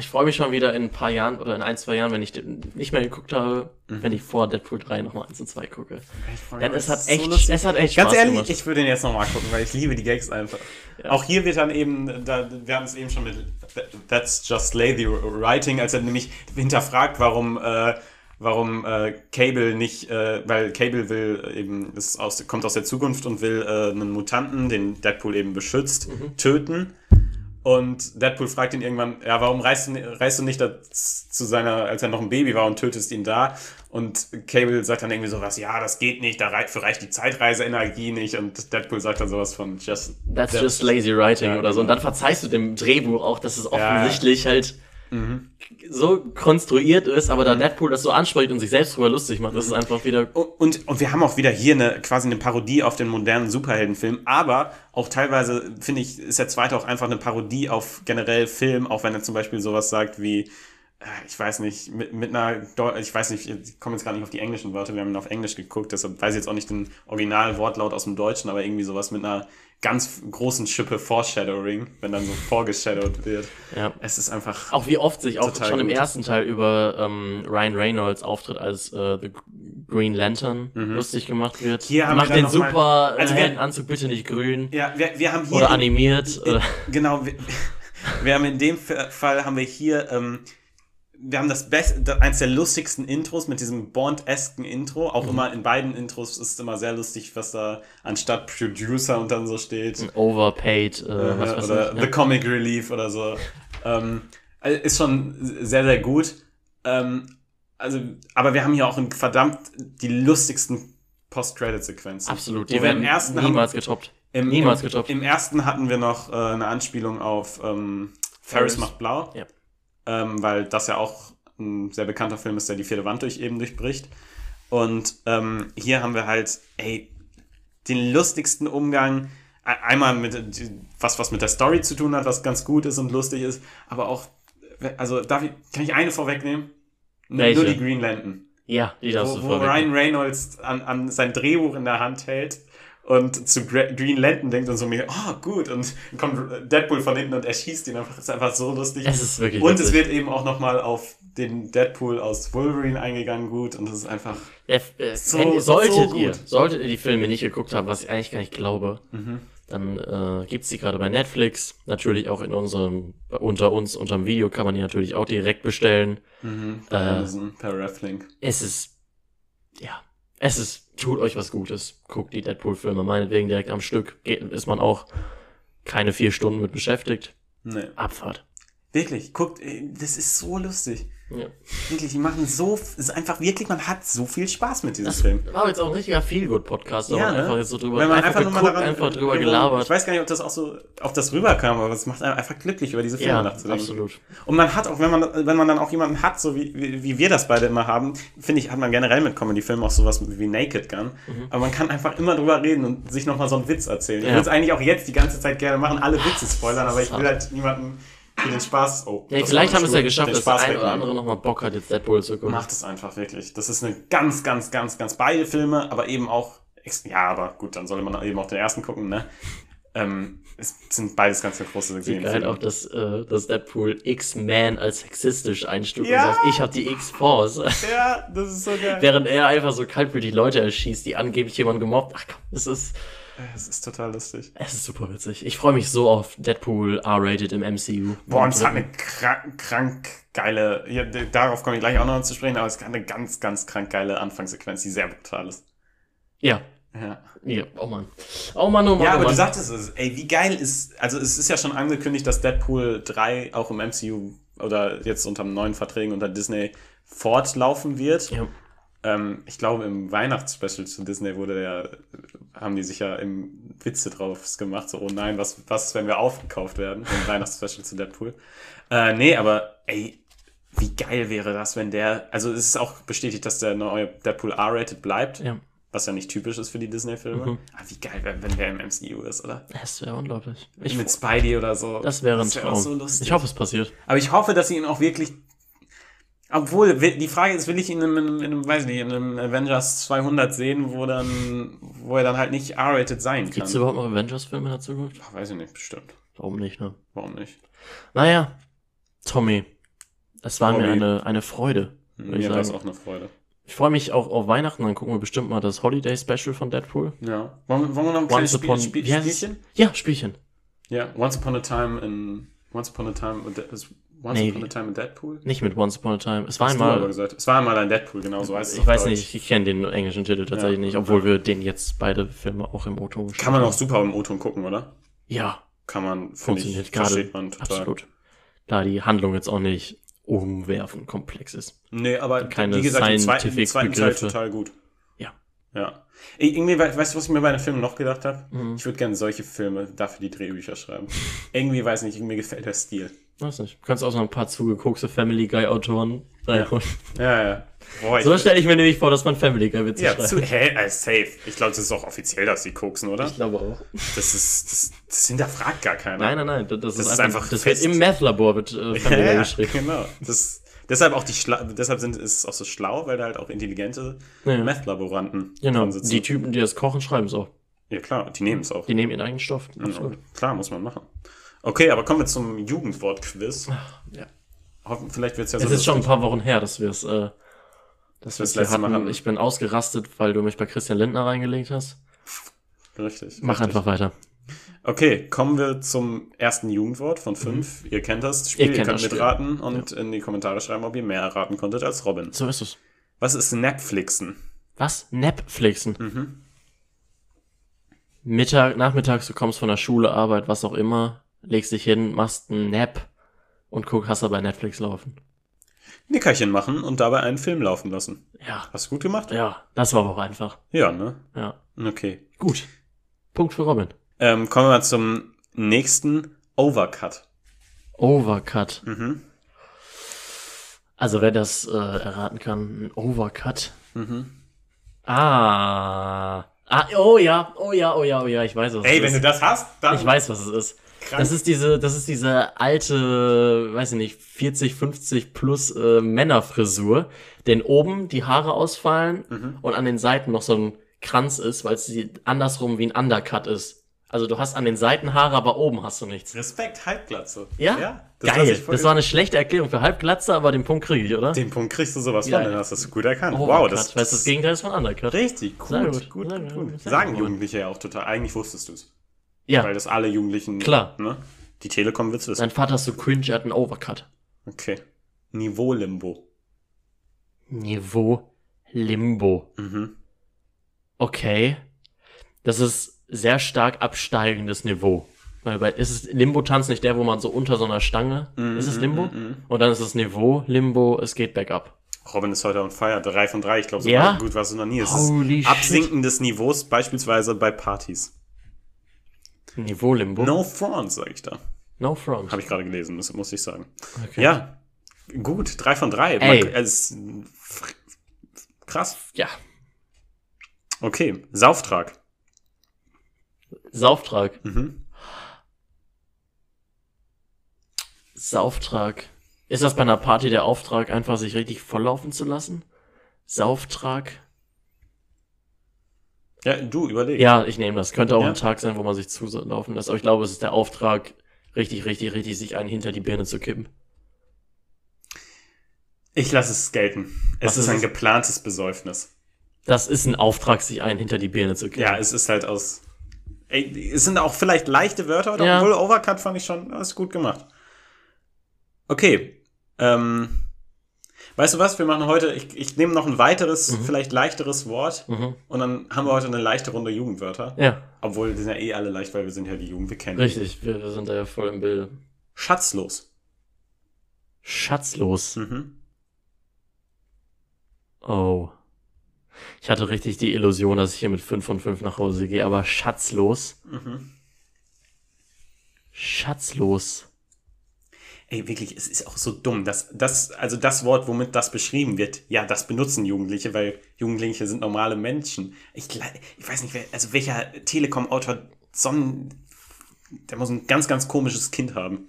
A: Ich freue mich schon wieder in ein paar Jahren oder in ein, zwei Jahren, wenn ich den nicht mehr geguckt habe,
B: Mhm.
A: wenn ich vor Deadpool 3 nochmal 1 und 2 gucke.
B: Ich freu
A: Denn
B: mich,
A: es hat
B: das ist so
A: echt,
B: lustig.
A: es hat echt
B: Ganz
A: Spaß
B: ehrlich,
A: gemacht.
B: ich würde den jetzt nochmal gucken, weil ich liebe die Gags einfach. Auch hier wird dann eben, da, wir hatten es eben schon mit Th- That's Just Lazy Writing, als er nämlich hinterfragt, warum, äh, warum äh, Cable nicht, äh, weil Cable will eben, ist aus, kommt aus der Zukunft und will äh, einen Mutanten, den Deadpool eben beschützt,
A: Mhm.
B: töten. Und Deadpool fragt ihn irgendwann, ja, warum reist du, reist du nicht da zu seiner, als er noch ein Baby war und tötest ihn da? Und Cable sagt dann irgendwie sowas, ja, das geht nicht, da rei- für reicht die Zeitreiseenergie nicht. Und Deadpool sagt dann sowas von just,
A: That's just lazy writing
B: Ja,
A: oder so. Und
B: genau.
A: dann verzeihst du dem Drehbuch auch, dass es offensichtlich halt
B: Mhm.
A: so konstruiert ist, aber da Deadpool das so anspricht und sich selbst drüber lustig macht,
B: Mhm.
A: ist es einfach wieder
B: Und, und wir haben auch wieder hier eine, quasi eine Parodie auf den modernen Superheldenfilm, aber auch teilweise, finde ich, ist der zweite auch einfach eine Parodie auf generell Film, auch wenn er zum Beispiel sowas sagt wie, äh, ich weiß nicht, mit, mit einer, Deu- ich weiß nicht, ich komme jetzt gerade nicht auf die englischen Wörter, wir haben ihn auf Englisch geguckt, deshalb weiß ich jetzt auch nicht den Originalwortlaut aus dem Deutschen, aber irgendwie sowas mit einer ganz großen Schippe Foreshadowing, wenn dann so vorgeshadowed wird.
A: Ja.
B: Es ist einfach,
A: Auch wie oft sich auch
B: Total
A: schon im
B: gut.
A: ersten Teil über ähm, Ryan Reynolds Auftritt als äh, The Green Lantern lustig gemacht wird.
B: Mhm. Hier haben
A: Macht
B: wir dann
A: den
B: noch mal-
A: super
B: Also
A: also
B: wir-
A: Heldenanzug bitte nicht grün
B: ja, wir, wir haben hier
A: oder animiert. äh,
B: In-
A: oder-
B: genau, wir, wir haben in dem F- Fall haben wir hier, ähm, wir haben das beste, da- eins der lustigsten Intros mit diesem Bond-esken Intro.
A: Mhm.
B: Auch immer in beiden Intros ist immer sehr lustig, was da anstatt Producer und dann so steht.
A: Overpaid, äh,
B: Äh,
A: was weiß
B: oder
A: ich.
B: The
A: ja.
B: Comic Relief oder so. ähm, also ist schon sehr, sehr gut. Ähm, also, aber wir haben hier auch ein, verdammt die lustigsten Post-Credit-Sequenzen.
A: Absolut,
B: Wo
A: die
B: wir im
A: werden
B: ersten haben-
A: niemals getoppt.
B: im,
A: Niemals
B: im,
A: getoppt.
B: Im ersten hatten wir noch äh, eine Anspielung auf ähm, Ferris,
A: Ferris.
B: macht blau,
A: Ja.
B: ähm, weil das ja auch ein sehr bekannter Film ist, der die vierte Wand durch eben durchbricht. Und ähm, hier haben wir halt, ey, den lustigsten Umgang. E- Einmal mit äh, die- was, was mit der Story zu tun hat, was ganz gut ist und lustig ist, aber auch, äh, also darf ich, kann ich eine vorwegnehmen? N-
A: Welche?
B: Nur die Green Lantern
A: Ja, die darfst
B: wo,
A: du
B: wo
A: vorweg.
B: Ryan Reynolds an, an sein Drehbuch in der Hand hält und zu Gre Green Lantern denkt und so mir, oh gut, und kommt Deadpool von hinten und erschießt ihn einfach. Das ist einfach so lustig.
A: Es ist wirklich
B: und es
A: witzig.
B: wird eben auch nochmal auf den Deadpool aus Wolverine eingegangen, gut, und das ist einfach.
A: Der, äh,
B: so-
A: wenn,
B: so
A: solltet,
B: gut.
A: ihr, solltet ihr die Filme nicht geguckt haben, was ich eigentlich gar nicht glaube,
B: mhm,
A: dann äh, gibt's die gerade bei Netflix. Natürlich auch in unserem, unter uns, unterm Video kann man die natürlich auch direkt bestellen.
B: mhm, bei
A: Äh.
B: Amazon, per Reflink.
A: es ist, ja, es ist, tut euch was Gutes. Guckt die Deadpool-Filme, meinetwegen direkt am Stück. Geht, ist man auch keine vier Stunden mit beschäftigt.
B: Nee.
A: Abfahrt.
B: Wirklich, guckt, ey, das ist so lustig.
A: Ja.
B: Wirklich, die machen so, es ist einfach wirklich, man hat so viel Spaß mit diesem Film.
A: War jetzt auch ein richtiger Feelgood-Podcast, da ja,
B: ne?
A: einfach jetzt so drüber,
B: Wenn man einfach,
A: einfach,
B: nur mal
A: geguckt,
B: daran,
A: einfach drüber
B: Ich
A: gelabert.
B: weiß gar nicht, ob das auch so, ob das rüberkam, aber es macht einen einfach glücklich, über diese Filme
A: Ja,
B: nachzudenken.
A: absolut.
B: Und man hat auch, wenn man, wenn man dann auch jemanden hat, so wie, wie, wie wir das beide immer haben, finde ich, hat man generell mit Comedy-Filmen auch sowas wie Naked Gun. Aber man kann einfach immer drüber reden und sich nochmal so einen Witz erzählen. Ich
A: Mhm. Ja.
B: würde es eigentlich auch jetzt die ganze Zeit gerne machen, alle Witze spoilern, aber ich
A: hart.
B: will halt niemanden für den Spaß. Oh,
A: Ja,
B: das
A: vielleicht
B: war
A: haben wir es ja
B: Stuhl,
A: geschafft,
B: den
A: dass der
B: Spaß
A: ein oder
B: wegnehmen.
A: andere nochmal Bock hat, jetzt Deadpool zu gucken.
B: Macht es einfach wirklich. Das ist eine ganz, ganz, ganz, ganz beide Filme, aber eben auch. ex- Ja, aber gut, dann sollte man eben auch den ersten gucken, ne? Ähm, Es sind beides ganz große
A: Sieht halt auch, dass, äh, dass Deadpool X-Man als sexistisch einstuft ja. und sagt, ich hab die X-Force.
B: Ja, das ist so geil.
A: Während er einfach so kaltblütig Leute erschießt, die angeblich jemanden gemobbt. Ach komm, es ist,
B: Es ist total lustig.
A: es ist super witzig. Ich freue mich so auf Deadpool R-rated im MCU.
B: Boah, und es hat eine krank, krank geile, ja, d- darauf komme ich gleich auch noch zu sprechen, aber es hat eine ganz, ganz krank geile Anfangssequenz, die sehr brutal ist.
A: Ja,
B: Ja.
A: ja, oh Mann. Oh Mann, oh Mann,
B: Ja,
A: oh
B: aber du
A: Mann.
B: sagtest es. Ey, wie geil ist. Also, es ist ja schon angekündigt, dass Deadpool 3 auch im MCU oder jetzt unter den neuen Verträgen unter Disney fortlaufen wird.
A: Ja.
B: Ähm, ich glaube, im Weihnachtsspecial zu Disney wurde der, haben die sich ja im Witze drauf gemacht. So, oh nein, was, was, wenn wir aufgekauft werden? Im Weihnachtsspecial zu Deadpool. Äh, nee, aber, ey, wie geil wäre das, wenn der. Also, es ist auch bestätigt, dass der neue Deadpool R-rated bleibt.
A: ja, Mhm.
B: Was ja nicht typisch ist für die Disney-Filme. Ah, wie geil, wenn, wenn der im MCU ist, oder?
A: das wäre unglaublich. Ich,
B: Mit Spidey oder so.
A: das wäre ein
B: auch
A: Traum.
B: so lustig.
A: ich hoffe, es passiert.
B: Aber ich hoffe, dass sie ihn auch wirklich. Obwohl, will- die Frage ist, will ich ihn in einem, in einem weiß nicht, in einem Avengers 200 sehen, wo dann, wo er dann halt nicht R-rated sein kann.
A: Gibt's überhaupt noch Avengers-Filme in der Zukunft?
B: Ach, weiß ich nicht, bestimmt.
A: Warum nicht, ne?
B: Warum nicht?
A: Naja, Tommy, es war mir
B: Tommy.
A: eine, eine Freude. Würde ich
B: Mir war es
A: sagen.
B: auch eine Freude.
A: Ich freue mich auch auf Weihnachten, dann gucken wir bestimmt mal das Holiday-Special von Deadpool.
B: Ja. Wollen, wollen wir noch ein kleines
A: Once
B: Spiel,
A: upon
B: Spiel,
A: wie heißt es?
B: Spielchen?
A: Ja, Spielchen.
B: Ja. Once upon a time in Once upon a time with De- is Once
A: Nee,
B: upon a
A: wie-
B: time in Deadpool?
A: Nicht mit Once Upon a Time. Es war
B: Hast du aber
A: einmal.
B: gesagt. Es war einmal ein Deadpool, genau so heißt es.
A: Ich
B: auf
A: weiß
B: Deutsch.
A: nicht, ich kenne den englischen Titel tatsächlich
B: Ja.
A: nicht, obwohl wir den jetzt beide Filme auch im O-Ton
B: Kann man auch super im O-Ton gucken, oder?
A: Ja,
B: Kann man, finde
A: funktioniert
B: ich,
A: gerade.
B: versteht man total.
A: Absolut. Da die Handlung jetzt auch nicht umwerfend komplex ist.
B: Nee, aber
A: Keine
B: wie gesagt, im zweiten,
A: scientific
B: im zweiten Teil
A: Begriffe.
B: total gut.
A: Ja.
B: Ja. Ich, irgendwie, we- weißt du, was ich mir bei den Filmen noch gedacht habe?
A: Mhm.
B: Ich würde gerne solche Filme dafür die Drehbücher schreiben. irgendwie, weiß nicht, mir gefällt der Stil.
A: Weiß nicht. Du kannst auch noch ein paar zugekokste Family Guy-Autoren reinholen.
B: Ja, ja. Boah, ich,
A: So stelle ich mir nämlich vor, dass man Family Guy Witze
B: ja,
A: schreibt.
B: zu, hä, äh, safe. Ich glaube, das ist auch offiziell, dass sie koksen, oder?
A: Ich glaube auch.
B: Das ist, das, das hinterfragt gar keiner.
A: Nein, nein, nein. Das, das ist
B: ist
A: einfach.
B: einfach
A: das
B: fest.
A: wird im Math-Labor wird äh, Family
B: Ja,
A: Guy
B: ja,
A: geschrieben.
B: genau. Das, deshalb auch die Schla deshalb sind, ist es auch so schlau, weil da halt auch intelligente
A: Ja.
B: Math-Laboranten
A: Genau.
B: dran sitzen.
A: Die Typen, die das kochen, schreiben es auch.
B: ja, klar, die nehmen es auch.
A: Die nehmen ihren eigenen Stoff. Absolut.
B: Mhm. Klar, muss man machen. Okay, aber kommen wir zum Jugendwort-Quiz.
A: Ja.
B: Hoffen, vielleicht wird es ja
A: Es ist schon ein paar Wochen her, dass wir es äh, dass wir
B: Das
A: es hier
B: letzte Mal
A: hatten.
B: hatten.
A: Ich bin ausgerastet, weil du mich bei Christian Lindner reingelegt hast.
B: Richtig.
A: Mach
B: richtig.
A: einfach weiter.
B: Okay, kommen wir zum ersten Jugendwort von fünf. Ihr kennt das Spiel,
A: Mhm. Ihr
B: ihr,
A: kennt das
B: könnt
A: Spiel.
B: mitraten und in die Kommentare schreiben, ob ihr mehr erraten konntet als Robin.
A: So ist es.
B: Was ist Netflixen?
A: Was? Netflixen.
B: Mhm.
A: Mittag, nachmittags, du kommst von der Schule, Arbeit, was auch immer, legst dich hin, machst einen Nap und guck, hast du bei Netflix laufen.
B: Nickerchen machen und dabei einen Film laufen lassen.
A: Ja.
B: Hast du gut gemacht?
A: Ja, das war aber auch einfach.
B: Ja, ne?
A: Ja.
B: Okay.
A: Gut. Punkt für Robin.
B: Ähm, kommen wir mal zum nächsten Overcut.
A: Overcut.
B: Mhm.
A: Also wer das äh, erraten kann, ein Overcut.
B: Mhm.
A: Ah. ah. Oh ja, oh ja, oh ja, oh ja, ich weiß was
B: Ey,
A: es
B: wenn du
A: ist.
B: das hast, dann
A: Ich weiß, was es ist.
B: krank.
A: Das ist diese, das ist diese alte, weiß ich nicht, 40, 50 plus äh, Männerfrisur, denn oben die Haare ausfallen
B: Mhm.
A: und an den Seiten noch so ein Kranz ist, weil es die- andersrum wie ein Undercut ist. Also du hast an den Seiten Haare, aber oben hast du nichts.
B: Respekt, Halbglatze.
A: Ja?
B: das lass
A: Geil.
B: ich voll
A: Das war eine schlechte Erklärung für Halbglatze, aber den Punkt kriege ich, oder?
B: Den Punkt kriegst du sowas
A: Ja,
B: von,
A: ja.
B: dann hast du es gut erkannt. wow,
A: Overcut,
B: das,
A: weißt du, das Gegenteil ist von Undercut.
B: richtig gut.
A: Sehr gut.
B: gut, gut,
A: Sehr
B: gut,
A: gut. Sehr
B: Sagen
A: gut.
B: Jugendliche ja auch total. Eigentlich wusstest du es.
A: Ja,
B: Weil das alle Jugendlichen.
A: Klar.
B: Ne? Die Telekom wird's wissen.
A: sein Vater ist so cringe, er hat einen Overcut.
B: Okay. Niveau-Limbo.
A: Niveau Limbo.
B: Mhm.
A: Okay. Das ist sehr stark absteigendes Niveau. Weil bei, ist es Limbo-Tanz nicht der, wo man so unter so einer Stange,
B: Mhm,
A: ist es Limbo? Und dann ist es Niveau, Limbo, es geht bergab.
B: Robin ist heute on fire. Drei von drei. Ich glaube, so
A: Ja?
B: gut war es noch nie. Es
A: Holy
B: ist Absinken des Niveaus, beispielsweise bei Partys.
A: shit. Niveau Limbo. No,
B: No front, sage ich da.
A: front.
B: Habe ich gerade gelesen, das muss ich sagen.
A: Okay.
B: Ja. Gut, drei von drei.
A: Ey.
B: Man, es ist fr- krass.
A: Ja.
B: Okay, Sauftrag.
A: Sauftrag.
B: Mhm.
A: Sauftrag. Ist das bei einer Party der Auftrag, einfach sich richtig volllaufen zu lassen? Sauftrag.
B: Ja, du überleg.
A: Ja, ich nehme das. Könnte auch
B: Ja.
A: ein Tag sein, wo man sich zulaufen lässt. Aber ich glaube, es ist der Auftrag, richtig, richtig, richtig, sich einen hinter die Birne zu kippen.
B: Ich lasse es gelten. Es
A: Was
B: ist
A: ist
B: ein
A: es?
B: geplantes Besäufnis.
A: Das ist ein Auftrag, sich einen hinter die Birne zu kippen.
B: Ja, es ist halt aus. Ey, es sind auch vielleicht leichte Wörter, oder?
A: Ja.
B: obwohl Overcut fand ich schon, das ist gut gemacht. Okay. Ähm, weißt du was? Wir machen heute, ich, ich nehme noch ein weiteres, vielleicht leichteres Wort
A: Mhm.
B: und dann haben wir heute eine leichte Runde Jugendwörter.
A: Ja,
B: Obwohl, die sind ja eh alle leicht, weil wir sind ja die Jugend, wir kennen. die.
A: richtig. Wir, wir sind da ja voll im Bilde.
B: Schatzlos.
A: Schatzlos.
B: Mhm.
A: Oh. Ich hatte richtig die Illusion, dass ich hier mit 5 von 5 nach Hause gehe, aber schatzlos.
B: Mhm.
A: Schatzlos.
B: Ey, wirklich, es ist auch so dumm. Das, das, also das Wort, womit das beschrieben wird, ja, das benutzen Jugendliche, weil Jugendliche sind normale Menschen. Ich, gla- ich weiß nicht, wer, also welcher Telekom-Autor so ein, der muss ein ganz, ganz komisches Kind haben.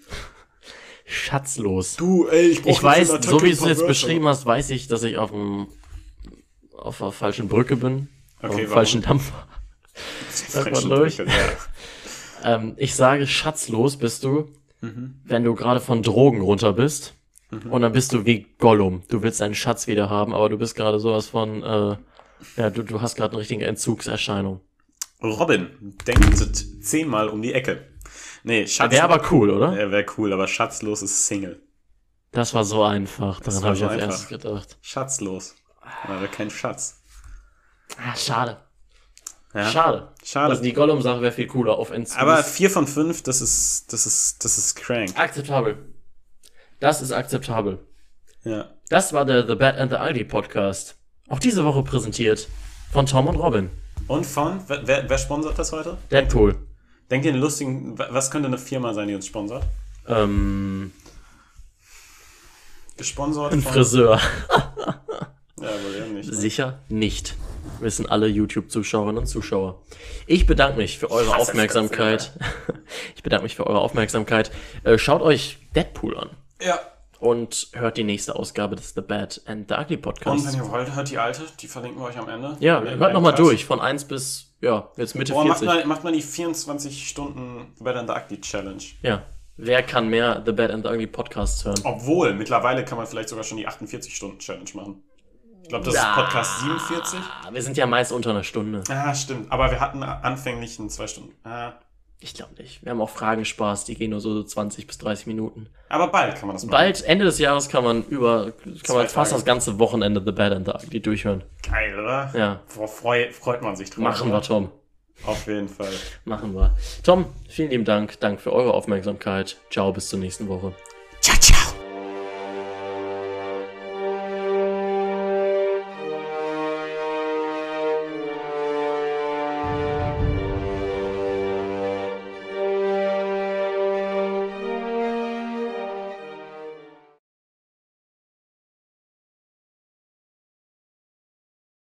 A: Schatzlos.
B: Du, ey, brauch
A: ich
B: jetzt
A: weiß,
B: in der
A: so
B: Attacke
A: wie
B: ein
A: du es
B: paar
A: jetzt
B: Wörter.
A: beschrieben hast, weiß ich, dass ich auf dem auf der falschen Brücke bin. auf dem
B: warum?
A: falschen Dampfer.
B: Falsche
A: Sag mal durch.
B: Brücke, ja.
A: Ähm, ich sage, schatzlos bist du,
B: Mhm.
A: wenn du gerade von Drogen runter bist. Und dann bist du wie Gollum. Du willst deinen Schatz wieder haben, aber du bist gerade sowas von, äh, ja, du, du hast gerade eine richtige Entzugserscheinung.
B: Robin denkt zehnmal um die Ecke. Nee, Schatz.
A: Wäre aber cool, oder?
B: Er wäre cool, aber schatzlos ist Single.
A: Das war so einfach.
B: Das
A: Daran
B: war
A: habe ich
B: so
A: als
B: einfach.
A: erstes gedacht.
B: Schatzlos. Aber kein Schatz.
A: Ah, schade.
B: Ja.
A: Schade.
B: Schade.
A: Also die Gollum-Sache wäre viel cooler auf Entzug.
B: Aber 4 von 5, das ist, das ist, das ist crank.
A: akzeptabel. Das ist akzeptabel.
B: Ja.
A: Das war der The Bad and the Ugly Podcast. Auch diese Woche präsentiert von Tom und Robin.
B: Und von, wer- wer, wer sponsert das heute?
A: Deadpool.
B: Denkt ihr einen lustigen, wa- was könnte eine Firma sein, die uns sponsert?
A: Ähm,
B: Gesponsert
A: ein
B: von.
A: Friseur.
B: Ja, aber wir haben nicht. ne?
A: Sicher nicht. Wissen alle YouTube-Zuschauerinnen und Zuschauer. Ich bedanke mich für eure
B: hasse
A: Aufmerksamkeit. Ich bedanke mich für eure Aufmerksamkeit. Äh, Schaut euch Deadpool an
B: Ja.
A: und hört die nächste Ausgabe des The Bad and the Ugly
B: Und wenn
A: Podcasts.
B: ihr wollt, hört die alte, die verlinken wir euch am Ende.
A: Ja,
B: Wenn ihr
A: hört nochmal
B: Podcast-
A: durch. Von 1 bis, ja, jetzt Mitte
B: Boah, macht
A: 40.
B: mal, macht mal die 24 Stunden Better and the Ugly Challenge.
A: Ja. Wer kann mehr The Bad and the Ugly Podcasts hören?
B: Obwohl, mittlerweile kann man vielleicht sogar schon die 48 Stunden Challenge machen. Ich glaube, das ist
A: Ja.
B: Podcast 47.
A: Ah, Wir sind ja meist unter einer Stunde.
B: Ah, stimmt. Aber wir hatten anfänglich einen zwei Stunden. Ah.
A: Ich glaube nicht. Wir haben auch Fragen Spaß, die gehen nur so 20 bis 30 Minuten.
B: Aber bald kann man das machen.
A: Bald, Ende des Jahres, kann man über, kann man fast
B: Tage.
A: das ganze Wochenende The Bad and the Ugly durchhören.
B: Geil, oder?
A: Ja.
B: Boah, freu, freut man sich drauf.
A: Machen wir, Tom.
B: Auf jeden Fall.
A: Machen wir. Tom, vielen lieben Dank. Dank für eure Aufmerksamkeit. Ciao, bis zur nächsten Woche.
B: Ciao, ciao.